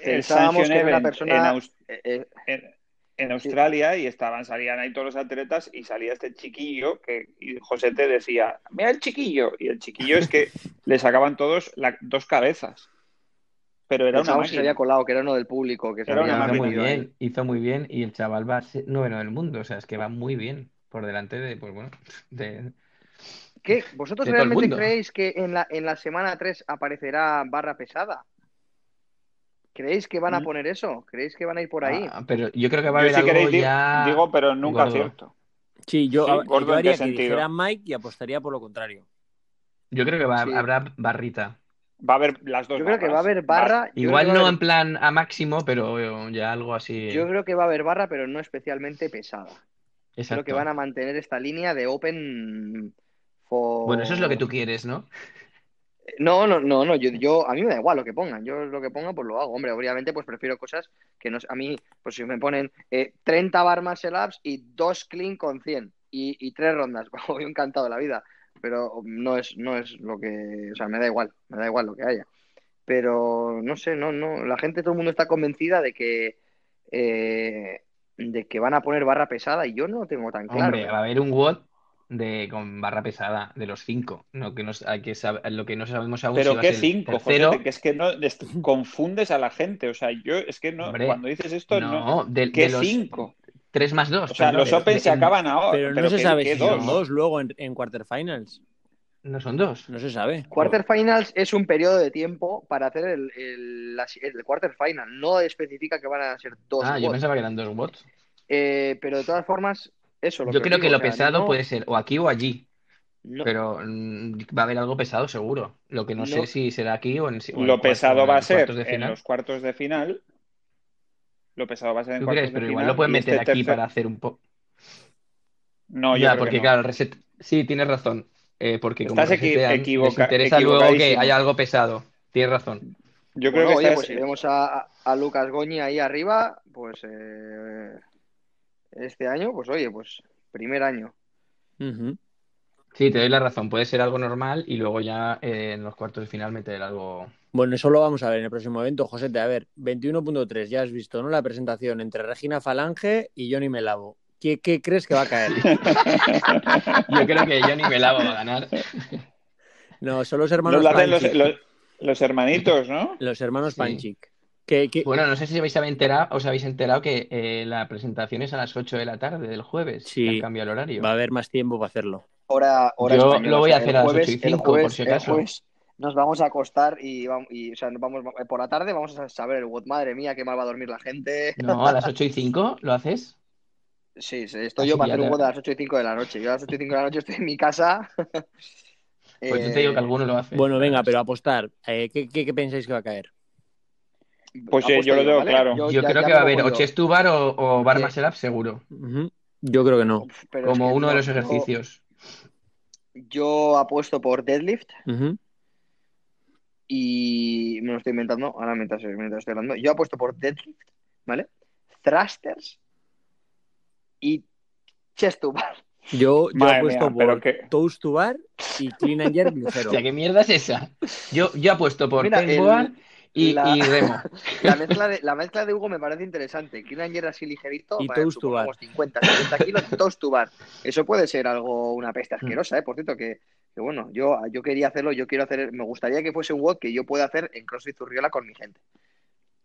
Speaker 6: El
Speaker 5: Pensábamos
Speaker 6: Sanction
Speaker 5: que era una
Speaker 6: Event
Speaker 5: persona-
Speaker 6: en Aus-
Speaker 5: Eh, eh,
Speaker 6: en, en Australia y estaban, salían ahí todos los atletas y salía este chiquillo que y José te decía, mira el chiquillo. Y el chiquillo es que le sacaban todos la- dos cabezas. Pero era una
Speaker 5: pensábamos que se había
Speaker 6: máquina.
Speaker 5: colado, que era uno del público, que se
Speaker 6: Era
Speaker 5: había
Speaker 6: una
Speaker 7: hizo muy
Speaker 6: maravilla,
Speaker 5: eh.
Speaker 7: bien, hizo muy bien y el chaval va a ser noveno del mundo. O sea, es que va muy bien por delante de, pues bueno, de...
Speaker 5: ¿Qué? ¿Vosotros
Speaker 7: De todo el
Speaker 5: realmente
Speaker 7: mundo.
Speaker 5: creéis que en la, en la semana 3 aparecerá barra pesada? ¿Creéis que van a
Speaker 6: Mm.
Speaker 5: poner eso? ¿Creéis que van a ir por ahí?
Speaker 7: Ah, pero yo creo que va a
Speaker 6: Yo
Speaker 7: haber
Speaker 6: si queréis
Speaker 7: algo
Speaker 6: di-
Speaker 7: ya...
Speaker 6: digo, pero nunca
Speaker 7: gordo.
Speaker 6: cierto.
Speaker 4: Sí, yo,
Speaker 6: Sí,
Speaker 4: yo
Speaker 6: gordo, ¿en
Speaker 4: haría
Speaker 6: qué
Speaker 4: que
Speaker 6: sentido?
Speaker 4: dijera Mike y apostaría por lo contrario.
Speaker 7: Yo creo que va,
Speaker 5: Sí.
Speaker 7: habrá barrita.
Speaker 6: Va a haber las dos
Speaker 5: Yo creo que
Speaker 6: barras.
Speaker 5: va a haber barra. yo creo
Speaker 7: Igual
Speaker 5: que va a
Speaker 7: no
Speaker 5: haber-
Speaker 7: en plan a máximo, pero ya algo así.
Speaker 5: Yo creo que va a haber barra, pero no especialmente pesada. Creo
Speaker 7: Exacto.
Speaker 5: que van a mantener esta línea de open for...
Speaker 7: Bueno, eso es lo que tú quieres, ¿no?
Speaker 5: No, no, no, no, yo, yo, a mí me da igual lo que pongan, yo lo que pongan pues lo hago, hombre, obviamente pues prefiero cosas que no, a mí, pues si me ponen eh, 30 bar muscle ups y dos clean con 100 y, y tres rondas, voy encantado de la vida, pero no es, no es lo que, o sea, me da igual, me da igual lo que haya, pero no sé, no, no, la gente, todo el mundo está convencida de que, eh, de que van a poner barra pesada y yo no lo tengo tan claro.
Speaker 7: Hombre, va a haber un WOD de, con barra pesada de los cinco. Lo que, nos, hay que sab- lo que no sabemos aún si
Speaker 6: Pero
Speaker 7: va a
Speaker 6: qué
Speaker 7: ser
Speaker 6: cinco,
Speaker 7: tercero.
Speaker 6: José, que es que no es- confundes a la gente. O sea, yo es que no,
Speaker 7: Hombre,
Speaker 6: cuando dices esto, no.
Speaker 7: No, de,
Speaker 6: ¿Qué
Speaker 7: de los
Speaker 6: cinco?
Speaker 7: tres más dos.
Speaker 6: O sea,
Speaker 7: perdón,
Speaker 6: los
Speaker 7: de-
Speaker 6: Open
Speaker 7: de-
Speaker 6: se
Speaker 7: en-
Speaker 6: acaban ahora.
Speaker 4: Pero no se
Speaker 6: ¿qué-
Speaker 4: sabe
Speaker 6: qué
Speaker 4: si son
Speaker 7: dos?
Speaker 4: dos luego en, en quarterfinals.
Speaker 7: No son dos.
Speaker 4: No se sabe.
Speaker 5: Quarterfinals es un periodo de tiempo para hacer el, el, la- el quarterfinal. No especifica que van a ser dos
Speaker 7: Ah, yo
Speaker 5: bots.
Speaker 7: pensaba que eran dos WODs.
Speaker 5: Eh, pero de todas formas, eso lo
Speaker 7: Yo creo
Speaker 5: os
Speaker 7: que
Speaker 5: digo,
Speaker 7: lo
Speaker 5: o sea,
Speaker 7: pesado
Speaker 5: no-
Speaker 7: puede ser o aquí o allí,
Speaker 5: no-
Speaker 7: pero mm, va a haber algo pesado seguro. Lo que no,
Speaker 5: No.
Speaker 7: sé si será aquí o en, o en
Speaker 6: Lo
Speaker 7: cuarto-
Speaker 6: pesado va a
Speaker 7: en cuartos
Speaker 6: ser
Speaker 7: de
Speaker 6: en
Speaker 7: final.
Speaker 6: los cuartos de final. Lo pesado va a ser en
Speaker 7: ¿Tú
Speaker 6: cuartos
Speaker 7: crees?
Speaker 6: de
Speaker 7: Pero
Speaker 6: final.
Speaker 7: igual lo pueden
Speaker 6: y
Speaker 7: meter
Speaker 6: este
Speaker 7: aquí
Speaker 6: tercer-
Speaker 7: para hacer un poco.
Speaker 6: No, yo
Speaker 7: Ya,
Speaker 6: creo
Speaker 7: porque
Speaker 6: que no.
Speaker 7: claro, el reset... sí, tienes razón. Eh, porque como
Speaker 6: Estás equi-
Speaker 7: resetean, les
Speaker 6: equivoca-
Speaker 7: interesa luego que
Speaker 6: equivocadísimo.
Speaker 7: haya algo pesado. Tienes razón.
Speaker 6: Yo creo que
Speaker 5: oye,
Speaker 6: esta
Speaker 5: pues
Speaker 6: es-
Speaker 5: si vemos a, a Lucas Goñi ahí arriba, pues eh, este año, pues oye, pues primer año.
Speaker 4: Ujú.
Speaker 7: Sí, te doy la razón. Puede ser algo normal y luego ya eh, en los cuartos de final meter algo.
Speaker 4: Bueno, eso lo vamos a ver en el próximo evento, José. A ver, 21.3, ya has visto, ¿no? La presentación entre Regina Falange y Johnny Melavo. ¿Qué, qué crees que va a caer?
Speaker 7: Yo creo que Johnny Velavo va a ganar.
Speaker 4: No, son los
Speaker 6: Nos
Speaker 4: hermanos
Speaker 6: la hacen los,
Speaker 4: Panchik.
Speaker 6: los- los hermanitos, ¿no?
Speaker 4: Los hermanos
Speaker 7: Sí.
Speaker 4: Panchik. ¿Qué- qué-
Speaker 7: Bueno, no sé si habéis enterado, os habéis enterado que eh, la presentación es a las 8 de la tarde del jueves.
Speaker 4: Sí.
Speaker 7: que han cambiado el horario.
Speaker 4: Va a haber más tiempo para hacerlo.
Speaker 5: Hora, hora
Speaker 7: Yo
Speaker 5: española,
Speaker 7: lo voy
Speaker 5: o sea,
Speaker 7: a hacer
Speaker 5: el
Speaker 7: a las
Speaker 5: jueves,
Speaker 7: 8 y
Speaker 5: el
Speaker 7: 5, por
Speaker 5: jueves-
Speaker 7: si
Speaker 5: el
Speaker 7: acaso.
Speaker 5: jueves nos vamos a acostar y, vamos, y o sea, nos vamos por la tarde vamos a saber el WOT. Madre mía, qué mal va a dormir la gente.
Speaker 7: No, a las 8 y 5 lo haces.
Speaker 5: Sí, sí, estoy
Speaker 7: Así
Speaker 5: yo
Speaker 7: que
Speaker 5: para hacer
Speaker 7: ya
Speaker 5: un
Speaker 7: te-
Speaker 5: WOT a las 8 y 5 de la noche. Yo a las 8 y 5 de la noche estoy en mi casa.
Speaker 7: Pues yo te digo
Speaker 5: Eh,
Speaker 7: que alguno lo hace.
Speaker 4: Bueno, venga, pero apostar. Eh, ¿qué, qué- qué pensáis que va a caer?
Speaker 6: Pues, eh, yo lo
Speaker 5: apuesto
Speaker 6: tengo claro.
Speaker 7: Yo
Speaker 5: ya-
Speaker 7: creo
Speaker 5: ya
Speaker 7: que va a
Speaker 5: me
Speaker 7: haber
Speaker 5: lo
Speaker 7: o
Speaker 5: pongo.
Speaker 7: Chestubar o, o Bar
Speaker 4: Sí.
Speaker 7: Marcel Up seguro,
Speaker 4: Ujú. Yo creo que no.
Speaker 5: Pero es
Speaker 7: como
Speaker 5: que
Speaker 7: uno de
Speaker 5: no-
Speaker 7: los
Speaker 5: no-
Speaker 7: ejercicios.
Speaker 5: Yo apuesto por deadlift
Speaker 4: Ujú.
Speaker 5: y me lo estoy inventando ahora mientras, mientras estoy hablando. Yo apuesto por deadlift, ¿vale? Thrusters y chest to bar.
Speaker 4: Yo, yo
Speaker 6: Madre
Speaker 4: apuesto
Speaker 6: mía, pero
Speaker 4: por
Speaker 6: que-
Speaker 4: Toast to Bar y Clean and Jerk ligero.
Speaker 7: O sea, ¿qué mierda es esa? Yo, yo apuesto por
Speaker 5: Mira, el-
Speaker 7: Pesboard y,
Speaker 5: la-
Speaker 7: y Remo.
Speaker 5: La mezcla de, la mezcla de Hugo me parece interesante. Kiranger así ligerito,
Speaker 4: Y
Speaker 5: vale,
Speaker 4: toast to bar.
Speaker 5: supongamos 50, 60 kilos, toast to bar. Eso puede ser algo, una peste
Speaker 4: Mm.
Speaker 5: asquerosa, ¿eh? Por cierto, que, que bueno, yo, yo quería hacerlo, yo quiero hacer, me gustaría que fuese un WOD que yo pueda hacer en CrossFit Zurriola con mi gente.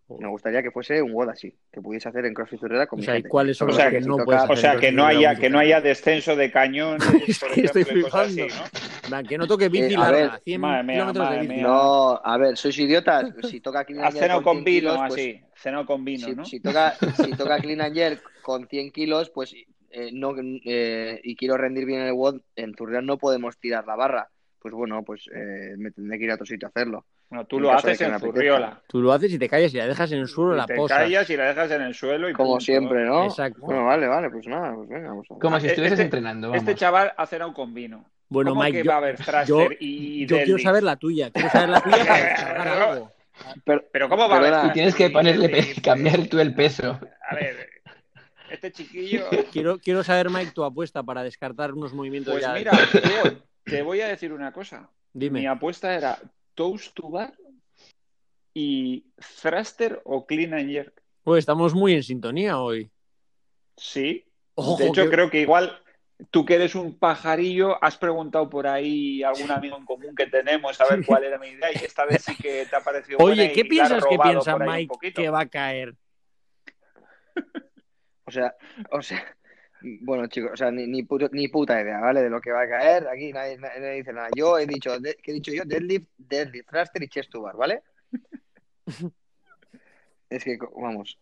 Speaker 5: Me gustaría que fuese un WOD así, que pudiese hacer en CrossFit Zurriola con
Speaker 4: Oh. O
Speaker 5: mi
Speaker 4: sea, ¿y
Speaker 5: gente.
Speaker 4: cuáles son
Speaker 6: O
Speaker 4: los
Speaker 6: sea,
Speaker 4: que
Speaker 5: si
Speaker 4: no
Speaker 5: toca-
Speaker 4: puedes hacer?
Speaker 6: O sea, que no haya,
Speaker 4: entonces,
Speaker 6: que no haya descenso de cañón, por ejemplo,
Speaker 4: estoy
Speaker 6: y cosas así,
Speaker 4: flipando.
Speaker 6: ¿no?
Speaker 4: Man, que no toque bici
Speaker 5: Eh, a
Speaker 4: larga,
Speaker 5: ver,
Speaker 4: 100
Speaker 6: madre mía,
Speaker 4: kilómetros de
Speaker 6: madre
Speaker 4: bici.
Speaker 6: mía.
Speaker 5: No, a ver, sois idiotas. Si toca Clean and
Speaker 6: Has
Speaker 5: Jerk
Speaker 6: cenado con
Speaker 5: 100
Speaker 6: vino,
Speaker 5: kilos, pues,
Speaker 6: así. Cenado con vino,
Speaker 5: si,
Speaker 6: ¿no?
Speaker 5: si toca, si toca Clean and Jerk con 100 kilos, pues eh, no eh, y quiero rendir bien el WOD, en Turrián no podemos tirar la barra. Pues bueno, pues eh, me tendré que ir a otro sitio a hacerlo.
Speaker 6: Bueno, tú
Speaker 5: en
Speaker 6: lo
Speaker 5: caso de
Speaker 6: haces
Speaker 5: que me
Speaker 6: en
Speaker 5: apetezca.
Speaker 6: Zurriola.
Speaker 4: Tú lo haces y te callas y la dejas en el suelo
Speaker 6: Y
Speaker 4: la
Speaker 6: te
Speaker 4: posa.
Speaker 6: callas y la dejas en el suelo y
Speaker 5: Como
Speaker 6: punto.
Speaker 5: siempre, ¿no?
Speaker 4: Exacto.
Speaker 5: Bueno, vale, vale, pues nada, pues venga, vamos a
Speaker 7: Como si
Speaker 6: Ah,
Speaker 7: estuvieses
Speaker 6: este-
Speaker 7: entrenando, vamos.
Speaker 6: Este chaval ha cenado con vino.
Speaker 4: Bueno,
Speaker 6: ¿Cómo
Speaker 4: Mike,
Speaker 6: que
Speaker 4: yo-
Speaker 6: va a haber thruster
Speaker 4: yo-
Speaker 6: y
Speaker 4: Yo quiero
Speaker 6: deadlift?
Speaker 4: saber la tuya, quiero saber la tuya para descargar algo.
Speaker 5: Pero,
Speaker 6: Pero ¿cómo va a haber
Speaker 5: Perdona.
Speaker 7: Y tienes que
Speaker 6: thruster y
Speaker 7: ponerle,
Speaker 6: deadlift?
Speaker 7: pe- cambiar tú el peso.
Speaker 6: A ver, este chiquillo...
Speaker 4: Quiero, quiero saber, Mike, tu apuesta para descartar unos movimientos
Speaker 6: Pues
Speaker 4: ya.
Speaker 6: mira, Hugo, te voy a decir una cosa. Mi
Speaker 4: Dime.
Speaker 6: apuesta era Toast to Bar y Thruster o Clean and Jerk.
Speaker 4: Pues estamos muy en sintonía hoy.
Speaker 6: Sí.
Speaker 4: Ojo,
Speaker 6: de hecho,
Speaker 4: que-
Speaker 6: creo que igual tú que eres un pajarillo, has preguntado por ahí a algún amigo en común que tenemos a ver cuál era mi idea y esta vez sí que te ha parecido buena
Speaker 4: Oye,
Speaker 6: y
Speaker 4: ¿qué
Speaker 6: la has
Speaker 4: piensas que
Speaker 6: robado
Speaker 4: piensa
Speaker 6: por ahí un
Speaker 4: Mike
Speaker 6: poquito.
Speaker 4: que va a caer?
Speaker 5: O sea, o sea, bueno, chicos, o sea, ni, ni, puto- ni puta idea, ¿vale? De lo que va a caer. Aquí nadie, nadie- nadie dice nada. Yo he dicho, de- ¿qué he dicho yo? Deadlift, deadlift, thruster y chest to bar, ¿vale? Es que, co- vamos,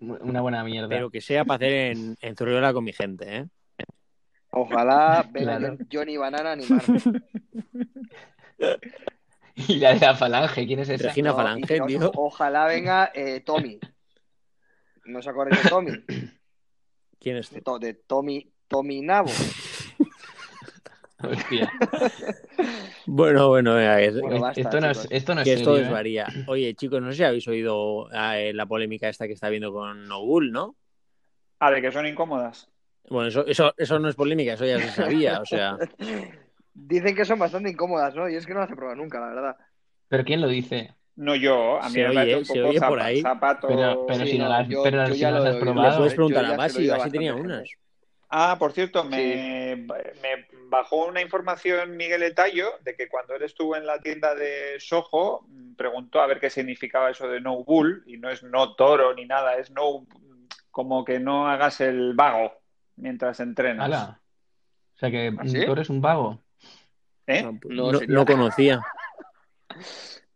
Speaker 7: Una buena mierda.
Speaker 4: Pero que sea para hacer en, en Zurriola con mi gente, ¿eh?
Speaker 5: ojalá venga
Speaker 7: Claro.
Speaker 5: Johnny Banana a animarme.
Speaker 7: Y la de la falange, ¿quién es esa?
Speaker 4: Regina
Speaker 5: No,
Speaker 4: Falange,
Speaker 5: y o-
Speaker 4: tío.
Speaker 5: Ojalá venga eh, Tommy. ¿No os acordáis de Tommy?
Speaker 4: ¿Quién es?
Speaker 5: De, to- de Tommy, Tommy Nabo.
Speaker 7: Hostia.
Speaker 4: Bueno, bueno, venga, que-
Speaker 5: Bueno, basta,
Speaker 7: esto, no es,
Speaker 5: chicos.
Speaker 7: esto no es
Speaker 4: que esto
Speaker 7: serio,
Speaker 4: es
Speaker 7: ¿eh?
Speaker 4: varía. Oye, chicos, no sé si habéis oído ah, eh, la polémica esta que está habiendo con Nogul, ¿no?
Speaker 6: Ah, de que son incómodas.
Speaker 4: Bueno, eso, eso, eso no es polémica, eso ya se sabía, o sea.
Speaker 5: Dicen que son bastante incómodas, ¿no? Y es que no las he probado nunca, la verdad.
Speaker 7: ¿Pero quién lo dice?
Speaker 6: No yo, a mí
Speaker 4: Se
Speaker 6: me
Speaker 4: oye,
Speaker 6: parece un
Speaker 4: se
Speaker 6: poco
Speaker 4: oye
Speaker 6: zapa-
Speaker 4: por ahí.
Speaker 6: zapato.
Speaker 7: Pero- pero- si no las- pero si
Speaker 5: ya
Speaker 7: no
Speaker 5: lo
Speaker 7: las
Speaker 5: he
Speaker 7: has
Speaker 5: oído,
Speaker 7: probado,
Speaker 4: Le puedes
Speaker 5: yo
Speaker 4: preguntar a
Speaker 5: ya se lo he
Speaker 4: Basi,
Speaker 5: oído a
Speaker 4: Basi tenía
Speaker 5: bastante
Speaker 4: unas.
Speaker 5: gente.
Speaker 6: Ah, por cierto, me, me bajó una información Miguel Etayo de que cuando él estuvo en la tienda de Soho, mm, preguntó a ver qué significaba eso de no bull, y no es no toro ni nada, es no, como que no hagas el vago mientras entrenas.
Speaker 7: Hala. O sea que
Speaker 5: ¿Ah, sí?
Speaker 7: tú eres un vago.
Speaker 6: ¿Eh?
Speaker 4: No,
Speaker 5: No,
Speaker 4: no-
Speaker 5: señor.
Speaker 4: no conocía.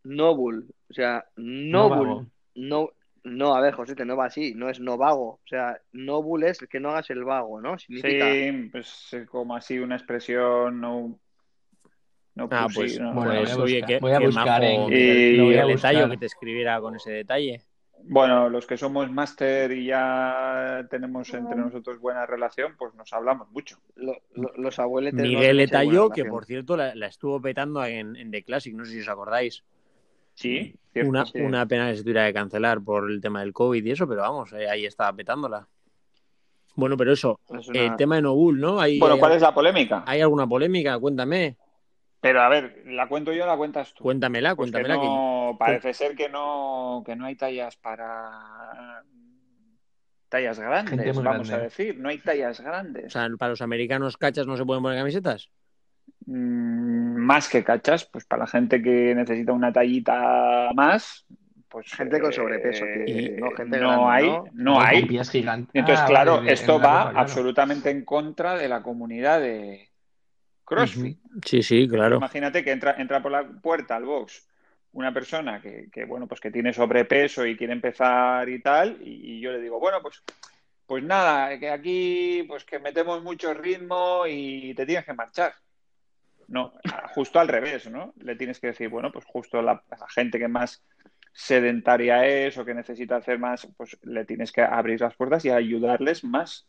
Speaker 5: Noble, o sea,
Speaker 7: No
Speaker 5: Noble.
Speaker 7: vago.
Speaker 5: No, no, a ver, José, te no va así, no es no vago. O sea, Noble es que no hagas el vago, ¿no? Significa.
Speaker 6: Sí, pues eh, como así una expresión no, no
Speaker 4: Ah,
Speaker 6: pussy,
Speaker 4: pues,
Speaker 6: no,
Speaker 7: Bueno,
Speaker 4: pues,
Speaker 7: voy a
Speaker 4: oye,
Speaker 7: buscar-
Speaker 4: que,
Speaker 7: voy a
Speaker 4: que
Speaker 7: buscar
Speaker 4: majo,
Speaker 7: en-
Speaker 4: Miguel-
Speaker 6: lo voy a
Speaker 4: Miguel
Speaker 7: buscar.
Speaker 4: Etayo, que te escribiera con ese detalle.
Speaker 6: Bueno, los que somos máster y ya tenemos entre nosotros buena relación, pues nos hablamos mucho.
Speaker 5: Lo- lo- los abueletes. no
Speaker 4: Miguel
Speaker 5: tienen buena
Speaker 4: Etayo, que
Speaker 5: relación.
Speaker 4: por cierto la, la estuvo petando en, en The Classic, no sé si os acordáis.
Speaker 6: Sí, cierto.
Speaker 4: Una,
Speaker 5: sí.
Speaker 4: una pena que se tuviera que cancelar por el tema del COVID y eso, pero vamos, eh, ahí estaba petándola. Bueno, pero eso,
Speaker 5: Es
Speaker 4: el
Speaker 5: una-
Speaker 4: tema de Nobul, ¿no? Hay,
Speaker 6: Bueno,
Speaker 4: hay-
Speaker 6: ¿cuál es la polémica?
Speaker 4: ¿Hay alguna polémica? Cuéntame,
Speaker 6: Pero a ver, ¿la cuento yo o la cuentas tú?
Speaker 4: cuéntamela,
Speaker 6: Pues que
Speaker 4: cuéntamela. que-
Speaker 6: no, parece ser que no, que no hay tallas para tallas
Speaker 7: Gente
Speaker 6: grandes,
Speaker 7: muy
Speaker 6: vamos
Speaker 7: grande.
Speaker 6: a decir, no hay tallas
Speaker 4: O
Speaker 6: grandes.
Speaker 4: sea, para los americanos cachas no se pueden poner camisetas.
Speaker 6: Mm, más que cachas, pues para la gente que necesita una tallita más, pues eh,
Speaker 5: Gente con sobrepeso, tío,
Speaker 4: eh,
Speaker 5: no gente
Speaker 6: no
Speaker 5: grande,
Speaker 6: hay,
Speaker 5: ¿no?
Speaker 6: no
Speaker 7: Con
Speaker 6: hay.
Speaker 7: pies gigantes.
Speaker 6: Entonces,
Speaker 7: Ah,
Speaker 6: claro,
Speaker 7: vale, de-
Speaker 6: esto
Speaker 7: en la
Speaker 6: va
Speaker 7: ropa, claro.
Speaker 6: absolutamente en contra de la comunidad de CrossFit.
Speaker 4: Ujú. Sí, sí, claro.
Speaker 6: Imagínate que entra, entra por la puerta al box una persona que, que, bueno, pues que tiene sobrepeso y quiere empezar y tal, y, y yo le digo, bueno, pues, pues nada, que aquí pues que metemos mucho ritmo y te tienes que marchar. No, a- justo al revés, ¿no? Le tienes que decir, bueno, pues justo la, la gente que más sedentaria es o que necesita hacer más, pues le tienes que abrir las puertas y ayudarles más.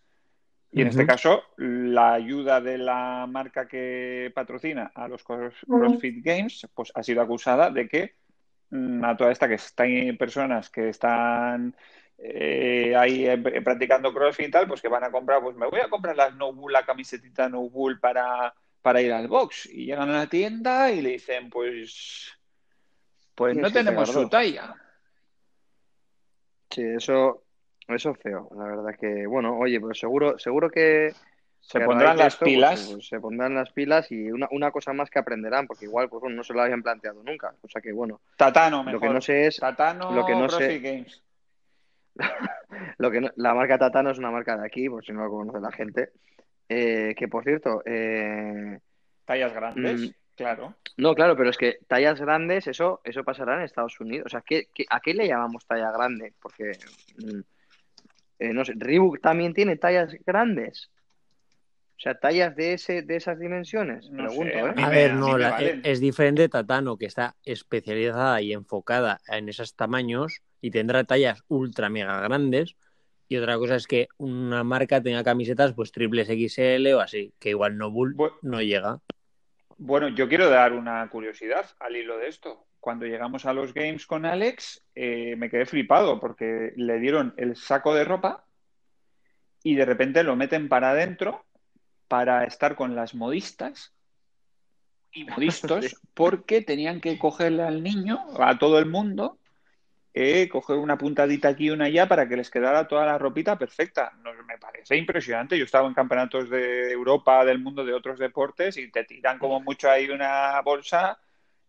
Speaker 6: Y en este
Speaker 4: Ujú.
Speaker 6: caso, la ayuda de la marca que patrocina a los Cross- CrossFit Games, pues ha sido acusada de que mm, a toda esta que está hay personas que están eh, ahí eh, pr- practicando CrossFit y tal, pues que van a comprar, pues me voy a comprar la No Bull, la camisetita No Bull para, para ir al box. Y llegan a la tienda y le dicen, pues, pues
Speaker 5: Tienes
Speaker 6: no
Speaker 5: que
Speaker 6: tenemos
Speaker 5: pegar
Speaker 6: su
Speaker 5: dos.
Speaker 6: talla.
Speaker 5: Sí, eso, eso es feo, la verdad que, bueno, oye, pero seguro, seguro que
Speaker 6: Se
Speaker 5: que a raíz
Speaker 6: pondrán
Speaker 5: de
Speaker 6: las
Speaker 5: esto, pues,
Speaker 6: pilas.
Speaker 5: pues, se pondrán las pilas y una, una cosa más que aprenderán, porque igual pues bueno, no se lo habían planteado nunca. O sea que bueno,
Speaker 6: Tatano,
Speaker 5: lo
Speaker 6: mejor.
Speaker 5: que no sé es,
Speaker 6: Tatano,
Speaker 5: lo que no sé-
Speaker 6: CrossFit Games.
Speaker 5: lo que no- la marca Tatano es una marca de aquí, por si no la conoce la gente. Eh, que por cierto, eh,
Speaker 6: Tallas grandes,
Speaker 5: Mm.
Speaker 6: claro.
Speaker 5: no, claro, pero es que tallas grandes, eso, eso pasará en Estados Unidos. O sea, ¿qué, qué- a qué le llamamos talla grande? Porque mm, eh, no sé, Reebok también tiene tallas grandes. O sea, tallas de ese, de esas dimensiones.
Speaker 6: No
Speaker 5: Pregunto,
Speaker 6: sé,
Speaker 5: ¿eh?
Speaker 6: a mí
Speaker 4: A
Speaker 6: me-
Speaker 4: ver,
Speaker 6: a mí
Speaker 4: no,
Speaker 6: me
Speaker 4: la- e,
Speaker 6: valen.
Speaker 4: es diferente Tatano, que está especializada y enfocada en esos tamaños y tendrá tallas ultra mega grandes. Y otra cosa es que una marca tenga camisetas pues triples XL o así, que igual no bull
Speaker 6: Bu-
Speaker 4: no llega.
Speaker 6: Bueno, yo quiero dar una curiosidad al hilo de esto. Cuando llegamos a los games con Alex, eh, me quedé flipado porque le dieron el saco de ropa y de repente lo meten para adentro para estar con las modistas y modistos
Speaker 5: Sí.
Speaker 6: porque tenían que cogerle al niño, a todo el mundo, eh, coger una puntadita aquí y una allá para que les quedara toda la ropita perfecta. No, me parece impresionante. Yo estaba en campeonatos de Europa, del mundo, de otros deportes y te tiran como mucho ahí una bolsa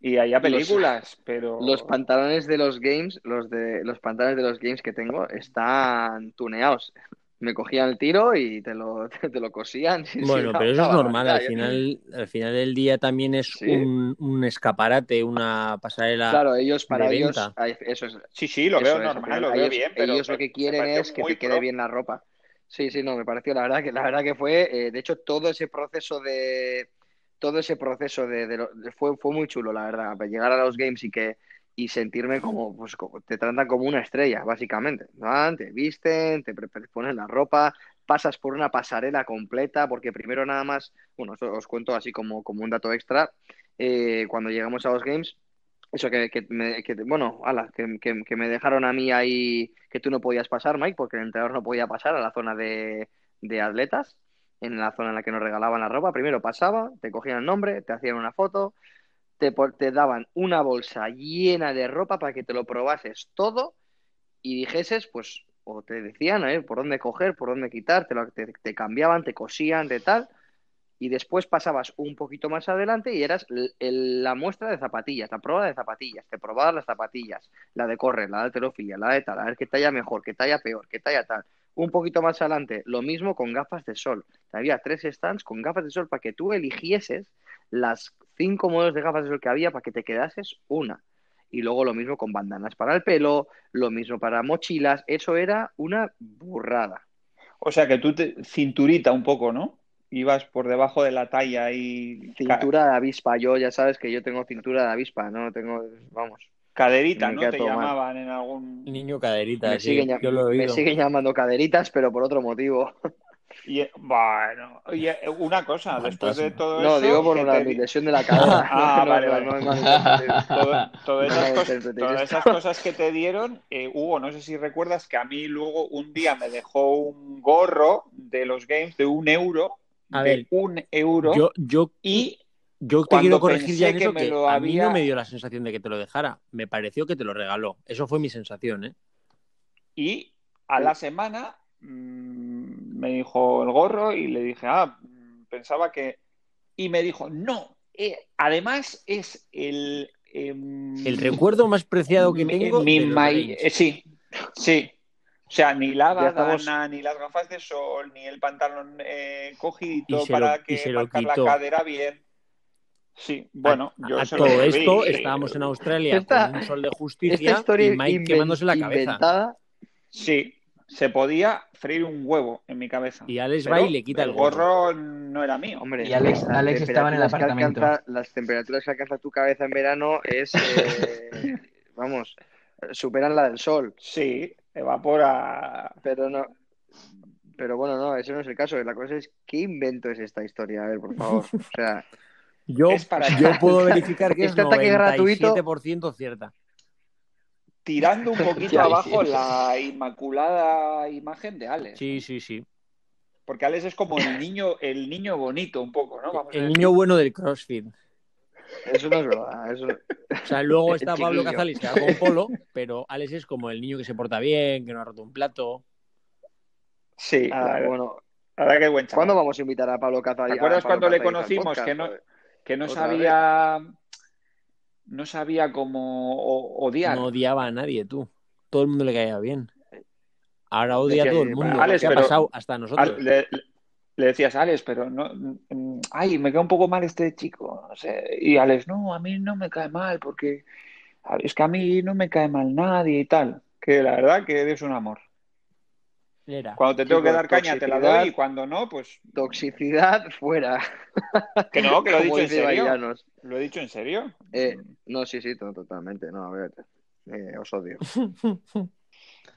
Speaker 6: y allá películas, pero...
Speaker 5: Los pantalones de los games, los de los pantalones de los games que tengo están tuneados. Me cogían el tiro y te lo, te, lo cosían. Sí, sí,
Speaker 4: Bueno,
Speaker 5: una-
Speaker 4: pero eso
Speaker 5: una
Speaker 4: es normal.
Speaker 5: barbaridad.
Speaker 4: Al
Speaker 5: Yo-
Speaker 4: final, al final del día también es
Speaker 5: Sí.
Speaker 4: un, un escaparate, una pasarela.
Speaker 5: Claro, ellos para
Speaker 4: de
Speaker 5: ellos
Speaker 4: venta.
Speaker 5: ay, eso es
Speaker 6: Sí, sí, lo
Speaker 5: eso
Speaker 6: veo
Speaker 5: es, al
Speaker 6: normal,
Speaker 5: final,
Speaker 6: lo
Speaker 5: a
Speaker 6: veo
Speaker 5: ellos,
Speaker 6: bien, pero
Speaker 5: ellos lo
Speaker 6: me-
Speaker 5: que
Speaker 6: me
Speaker 5: quieren
Speaker 6: pareció
Speaker 5: es que
Speaker 6: muy
Speaker 5: te quede
Speaker 6: pro.
Speaker 5: bien la ropa. Sí, sí, no, me pareció la verdad que la verdad que fue, eh, de hecho todo ese proceso de todo ese proceso de, de lo- de- fue fue muy chulo, la verdad, para llegar a los games y que y sentirme como pues como- te tratan como una estrella, básicamente. Van, te visten, te pre- pre- ponen la ropa, pasas por una pasarela completa porque primero nada más, bueno, eso os cuento así como como un dato extra, eh, cuando llegamos a los games eso que, que me, que- bueno, ala, que, que- que me dejaron a mí ahí que tú no podías pasar, Mike, porque el entrenador no podía pasar a la zona de, de atletas, en la zona en la que nos regalaban la ropa. Primero pasaba, te cogían el nombre, te hacían una foto, te, po- te daban una bolsa llena de ropa para que te lo probases todo y dijeses, pues, o te decían, ¿eh? por dónde coger, por dónde quitar, te, lo- te- te cambiaban, te cosían, de tal. Y después pasabas un poquito más adelante y eras l- el- la muestra de zapatillas, la prueba de zapatillas. Te probabas las zapatillas, la de correr, la de alterofilia, la de tal, a ver qué talla mejor, qué talla peor, qué talla tal. Un poquito más adelante, lo mismo con gafas de sol. Había tres stands con gafas de sol para que tú eligieses las cinco modelos de gafas de sol que había para que te quedases una. Y luego lo mismo con bandanas para el pelo, lo mismo para mochilas. Eso era una burrada.
Speaker 6: O sea que tú te cinturita un poco, ¿no? Ibas por debajo de la talla y ca-
Speaker 5: Cintura de avispa. Yo ya sabes que yo tengo cintura de avispa, no tengo, vamos.
Speaker 6: caderita,
Speaker 5: Me
Speaker 6: ¿no?
Speaker 5: queda
Speaker 6: Te
Speaker 5: todo mal.
Speaker 6: llamaban en algún...
Speaker 4: Niño caderita,
Speaker 5: Me
Speaker 4: sí,
Speaker 5: siguen, llam-
Speaker 4: yo lo he
Speaker 5: me
Speaker 4: oído.
Speaker 5: siguen llamando caderitas, pero por otro motivo.
Speaker 6: Y, eh, bueno, y, eh, una cosa, después de
Speaker 2: Fantasma.
Speaker 6: todo
Speaker 5: No,
Speaker 6: eso.
Speaker 5: digo por
Speaker 6: que
Speaker 5: la
Speaker 6: te di-
Speaker 5: lesión de la cadera.
Speaker 6: Ah,
Speaker 5: No,
Speaker 6: vale,
Speaker 5: no,
Speaker 6: vale.
Speaker 5: no, no, no, no, no.
Speaker 6: todo- todas,
Speaker 5: No,
Speaker 6: esas
Speaker 5: no,
Speaker 6: cosas,
Speaker 5: interpreté esto.
Speaker 6: todas esas cosas que te dieron, eh, Hugo, no sé si recuerdas que a mí luego un día me dejó un gorro de los games de un euro,
Speaker 4: A
Speaker 6: de
Speaker 4: ver,
Speaker 6: un euro,
Speaker 4: Yo, yo,
Speaker 6: y
Speaker 4: yo te
Speaker 6: cuando
Speaker 4: quiero corregir ya en
Speaker 6: pensé que
Speaker 4: eso,
Speaker 6: me
Speaker 4: que
Speaker 6: lo
Speaker 4: a mí
Speaker 6: había-
Speaker 4: no me dio la sensación de que te lo dejara. Me pareció que te lo regaló. Eso fue mi sensación, ¿eh?
Speaker 6: Y a la semana mm, me dijo el gorro y le dije, ah, mm, pensaba que... Y me dijo, no, eh, además es el... em,
Speaker 4: El recuerdo más preciado que
Speaker 6: mi-
Speaker 4: tengo.
Speaker 6: mi
Speaker 4: de los
Speaker 6: ma-
Speaker 4: Reyes.
Speaker 6: eh, sí, sí. O sea, ni la
Speaker 5: Ya estamos-
Speaker 6: badana, ni las gafas de sol, ni el pantalón eh, cogido
Speaker 4: Y se
Speaker 6: para
Speaker 4: lo- y
Speaker 6: que
Speaker 4: se lo
Speaker 6: marcar la
Speaker 4: quitó.
Speaker 6: cadera bien. Sí, bueno, yo
Speaker 4: a
Speaker 6: se
Speaker 4: todo
Speaker 6: lo devolví.
Speaker 4: esto estábamos en Australia
Speaker 5: Esta-
Speaker 4: con un sol de
Speaker 5: Esta
Speaker 4: justicia
Speaker 5: historia
Speaker 4: y Mike
Speaker 5: inven-
Speaker 4: quemándose la cabeza.
Speaker 5: inventada.
Speaker 6: Sí, se podía freír un huevo en mi cabeza.
Speaker 4: Y Alex
Speaker 6: Pero
Speaker 4: va y le quita el gorro.
Speaker 6: no era mío.
Speaker 5: Hombre,
Speaker 7: Y Alex-
Speaker 5: las
Speaker 7: Alex estaba en el
Speaker 5: temperaturas que
Speaker 7: apartamento.
Speaker 5: alcanza- las temperaturas que alcanza tu cabeza en verano es, eh, vamos, superan la del sol.
Speaker 6: Sí, evapora.
Speaker 5: Pero no. Pero bueno, no, ese no es el caso. La cosa es, ¿qué invento es esta historia? A ver, por favor. O sea,
Speaker 4: Yo,
Speaker 6: Es para-
Speaker 4: yo puedo verificar que es
Speaker 5: Este ataque gratuito-
Speaker 4: 97% cierta.
Speaker 6: Tirando un poquito
Speaker 7: Ya,
Speaker 6: abajo
Speaker 7: sí.
Speaker 6: la inmaculada imagen de Alex.
Speaker 4: Sí, sí, sí.
Speaker 6: Porque Alex es como el niño, el niño bonito un poco, ¿no? Vamos a
Speaker 4: El
Speaker 6: decir.
Speaker 4: niño bueno del CrossFit.
Speaker 5: eso no es verdad. Eso...
Speaker 4: O sea, luego está
Speaker 5: El
Speaker 4: Pablo
Speaker 5: chiquillo.
Speaker 4: Cazalis, que hago un polo, pero Alex es como el niño que se porta bien, que no ha roto un plato.
Speaker 6: Sí,
Speaker 5: Ah,
Speaker 6: ahora-
Speaker 5: bueno,
Speaker 6: ahora qué buen chaval.
Speaker 5: ¿cuándo vamos a invitar a Pablo Cazari?
Speaker 6: ¿Te acuerdas
Speaker 5: a Pablo
Speaker 6: cuando le
Speaker 5: Cazari al
Speaker 6: conocimos
Speaker 5: podcast?
Speaker 6: que no- Que no
Speaker 5: Otra
Speaker 6: sabía. No sabía cómo o- odiar.
Speaker 4: No odiaba a nadie, tú. Todo el mundo le caía bien. Ahora odia a
Speaker 5: Decía,
Speaker 4: todo el
Speaker 5: eh,
Speaker 4: mundo.
Speaker 6: Alex,
Speaker 4: ¿Qué ha
Speaker 6: pero-
Speaker 4: pasado? Hasta a nosotros.
Speaker 6: Al- le, le decías, Alex, pero no. mm, Ay, me queda un poco mal este chico. no sé". Y Alex, no, a mí no me cae mal porque a- es que a mí no me cae mal nadie y tal. Que la verdad que eres un amor.
Speaker 4: Era.
Speaker 6: Cuando te tengo
Speaker 5: Chico,
Speaker 6: que dar caña, te la
Speaker 5: toxicidad.
Speaker 6: doy y cuando no, pues.
Speaker 5: Toxicidad fuera.
Speaker 6: Que no, que lo
Speaker 5: Como
Speaker 6: he dicho en
Speaker 5: dice
Speaker 6: serio.
Speaker 5: Bailanos.
Speaker 6: Lo he dicho en serio.
Speaker 5: Eh, no, sí, sí, to- totalmente. No, a ver, eh, os odio.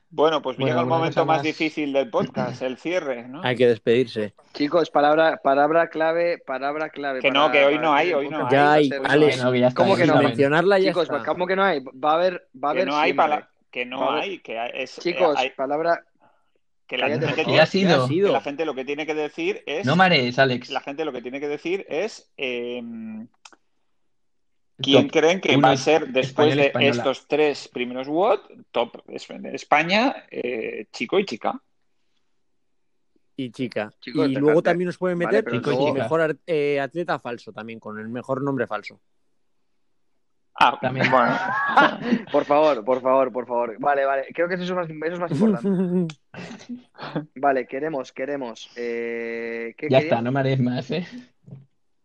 Speaker 6: Bueno, pues
Speaker 7: Bueno,
Speaker 6: llega el
Speaker 7: alguna
Speaker 6: momento
Speaker 7: cosa
Speaker 6: más
Speaker 7: más.
Speaker 6: difícil del podcast, el cierre, ¿no?
Speaker 4: Hay que despedirse.
Speaker 5: Chicos, palabra, palabra clave, palabra clave.
Speaker 6: Que
Speaker 5: para-
Speaker 6: no, que hoy
Speaker 5: para
Speaker 6: no hay,
Speaker 5: hacer el
Speaker 6: hoy no
Speaker 5: podcast.
Speaker 4: Ya hay,
Speaker 5: Va a ser-
Speaker 4: Alex.
Speaker 7: Bueno, que ya está,
Speaker 5: ¿Cómo
Speaker 7: ya
Speaker 5: que
Speaker 4: Sin
Speaker 5: no?
Speaker 7: está.
Speaker 4: mencionarla ya
Speaker 5: Chicos,
Speaker 4: está.
Speaker 5: ¿cómo que no hay? Va a haber, va a
Speaker 6: Que
Speaker 5: haber
Speaker 6: no hay
Speaker 5: siempre.
Speaker 6: para. Que no
Speaker 5: Vale.
Speaker 6: hay, que es. eh,
Speaker 5: Chicos,
Speaker 6: hay-
Speaker 5: palabra.
Speaker 6: que la
Speaker 5: cállate,
Speaker 6: gente
Speaker 5: por
Speaker 7: Que ya ha
Speaker 6: tiene-
Speaker 7: sido.
Speaker 4: sido.
Speaker 6: que la gente lo que tiene que decir es.
Speaker 7: No marees, Alex.
Speaker 6: la gente lo que tiene que decir es eh, quién
Speaker 7: Top
Speaker 6: creen que
Speaker 7: uno
Speaker 6: va a ser después
Speaker 7: español,
Speaker 6: de
Speaker 7: española.
Speaker 6: estos tres primeros WOT, top es- de España, eh, chico y chica.
Speaker 4: Y chica.
Speaker 5: Chicos,
Speaker 4: y
Speaker 5: dejadme.
Speaker 4: luego también nos pueden
Speaker 5: Vale,
Speaker 4: meter
Speaker 5: pero
Speaker 4: con
Speaker 7: luego-
Speaker 4: el mejor ar- eh, atleta falso también, con el mejor nombre falso.
Speaker 6: Ah,
Speaker 7: También.
Speaker 6: bueno.
Speaker 5: Por favor, por favor, por favor. Vale, vale. Creo que eso es más, eso es más importante. Vale, queremos, queremos. Eh, ¿qué
Speaker 7: Ya
Speaker 5: queríamos?
Speaker 7: está, no marees más, ¿eh?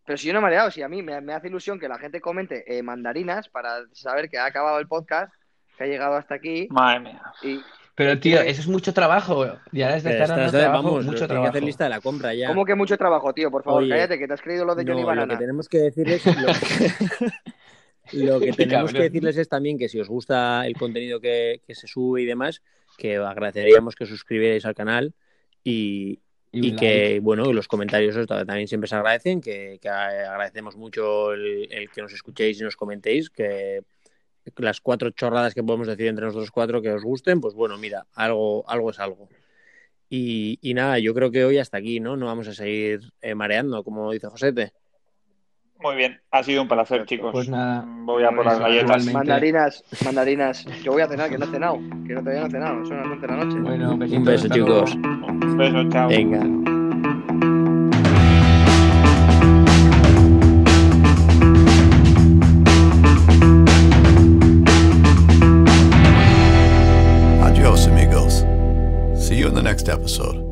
Speaker 5: Pero si yo no he mareado, si a mí me, me hace ilusión que la gente comente eh, mandarinas para saber que ha acabado el podcast, que ha llegado hasta aquí.
Speaker 6: Madre mía.
Speaker 5: Y,
Speaker 7: Pero, tío, eso es mucho trabajo. Ya les
Speaker 4: Pero
Speaker 7: está dando
Speaker 4: estás-
Speaker 7: trabajo,
Speaker 4: vamos,
Speaker 7: mucho
Speaker 4: tiene
Speaker 7: trabajo.
Speaker 4: que hacer lista de la compra ya.
Speaker 5: ¿Cómo que mucho trabajo, tío? Por favor,
Speaker 4: Oye,
Speaker 5: cállate, que te has creído lo de Johnny
Speaker 4: No, lo que
Speaker 5: Banana.
Speaker 4: tenemos que decirles lo lo que
Speaker 7: Qué
Speaker 4: tenemos
Speaker 7: cabrón.
Speaker 4: que decirles es también que si os gusta el contenido que, que se sube y demás, que agradeceríamos que os suscribierais al canal y,
Speaker 7: un
Speaker 4: y
Speaker 7: like.
Speaker 4: que, bueno, los comentarios os- también siempre se agradecen, que, que agradecemos mucho el, el que nos escuchéis y nos comentéis, que las cuatro chorradas que podemos decir entre nosotros cuatro que os gusten, pues bueno, mira, algo, algo es algo. Y, y nada, yo creo que hoy hasta aquí, ¿no? No vamos a seguir eh, mareando, como dice Josete.
Speaker 6: Muy bien, ha sido un placer, chicos.
Speaker 7: Pues nada.
Speaker 6: Voy a por las
Speaker 7: Pues
Speaker 6: galletas.
Speaker 7: igualmente.
Speaker 5: Mandarinas, mandarinas. Yo voy a cenar, que no he cenado. Que no, todavía no he cenado, son las 11 de la noche.
Speaker 7: Bueno, besitos,
Speaker 4: Un beso,
Speaker 7: hasta
Speaker 4: chicos.
Speaker 7: luego.
Speaker 6: Un beso, chao.
Speaker 4: Venga.
Speaker 3: Adios, amigos. See you in the next episode.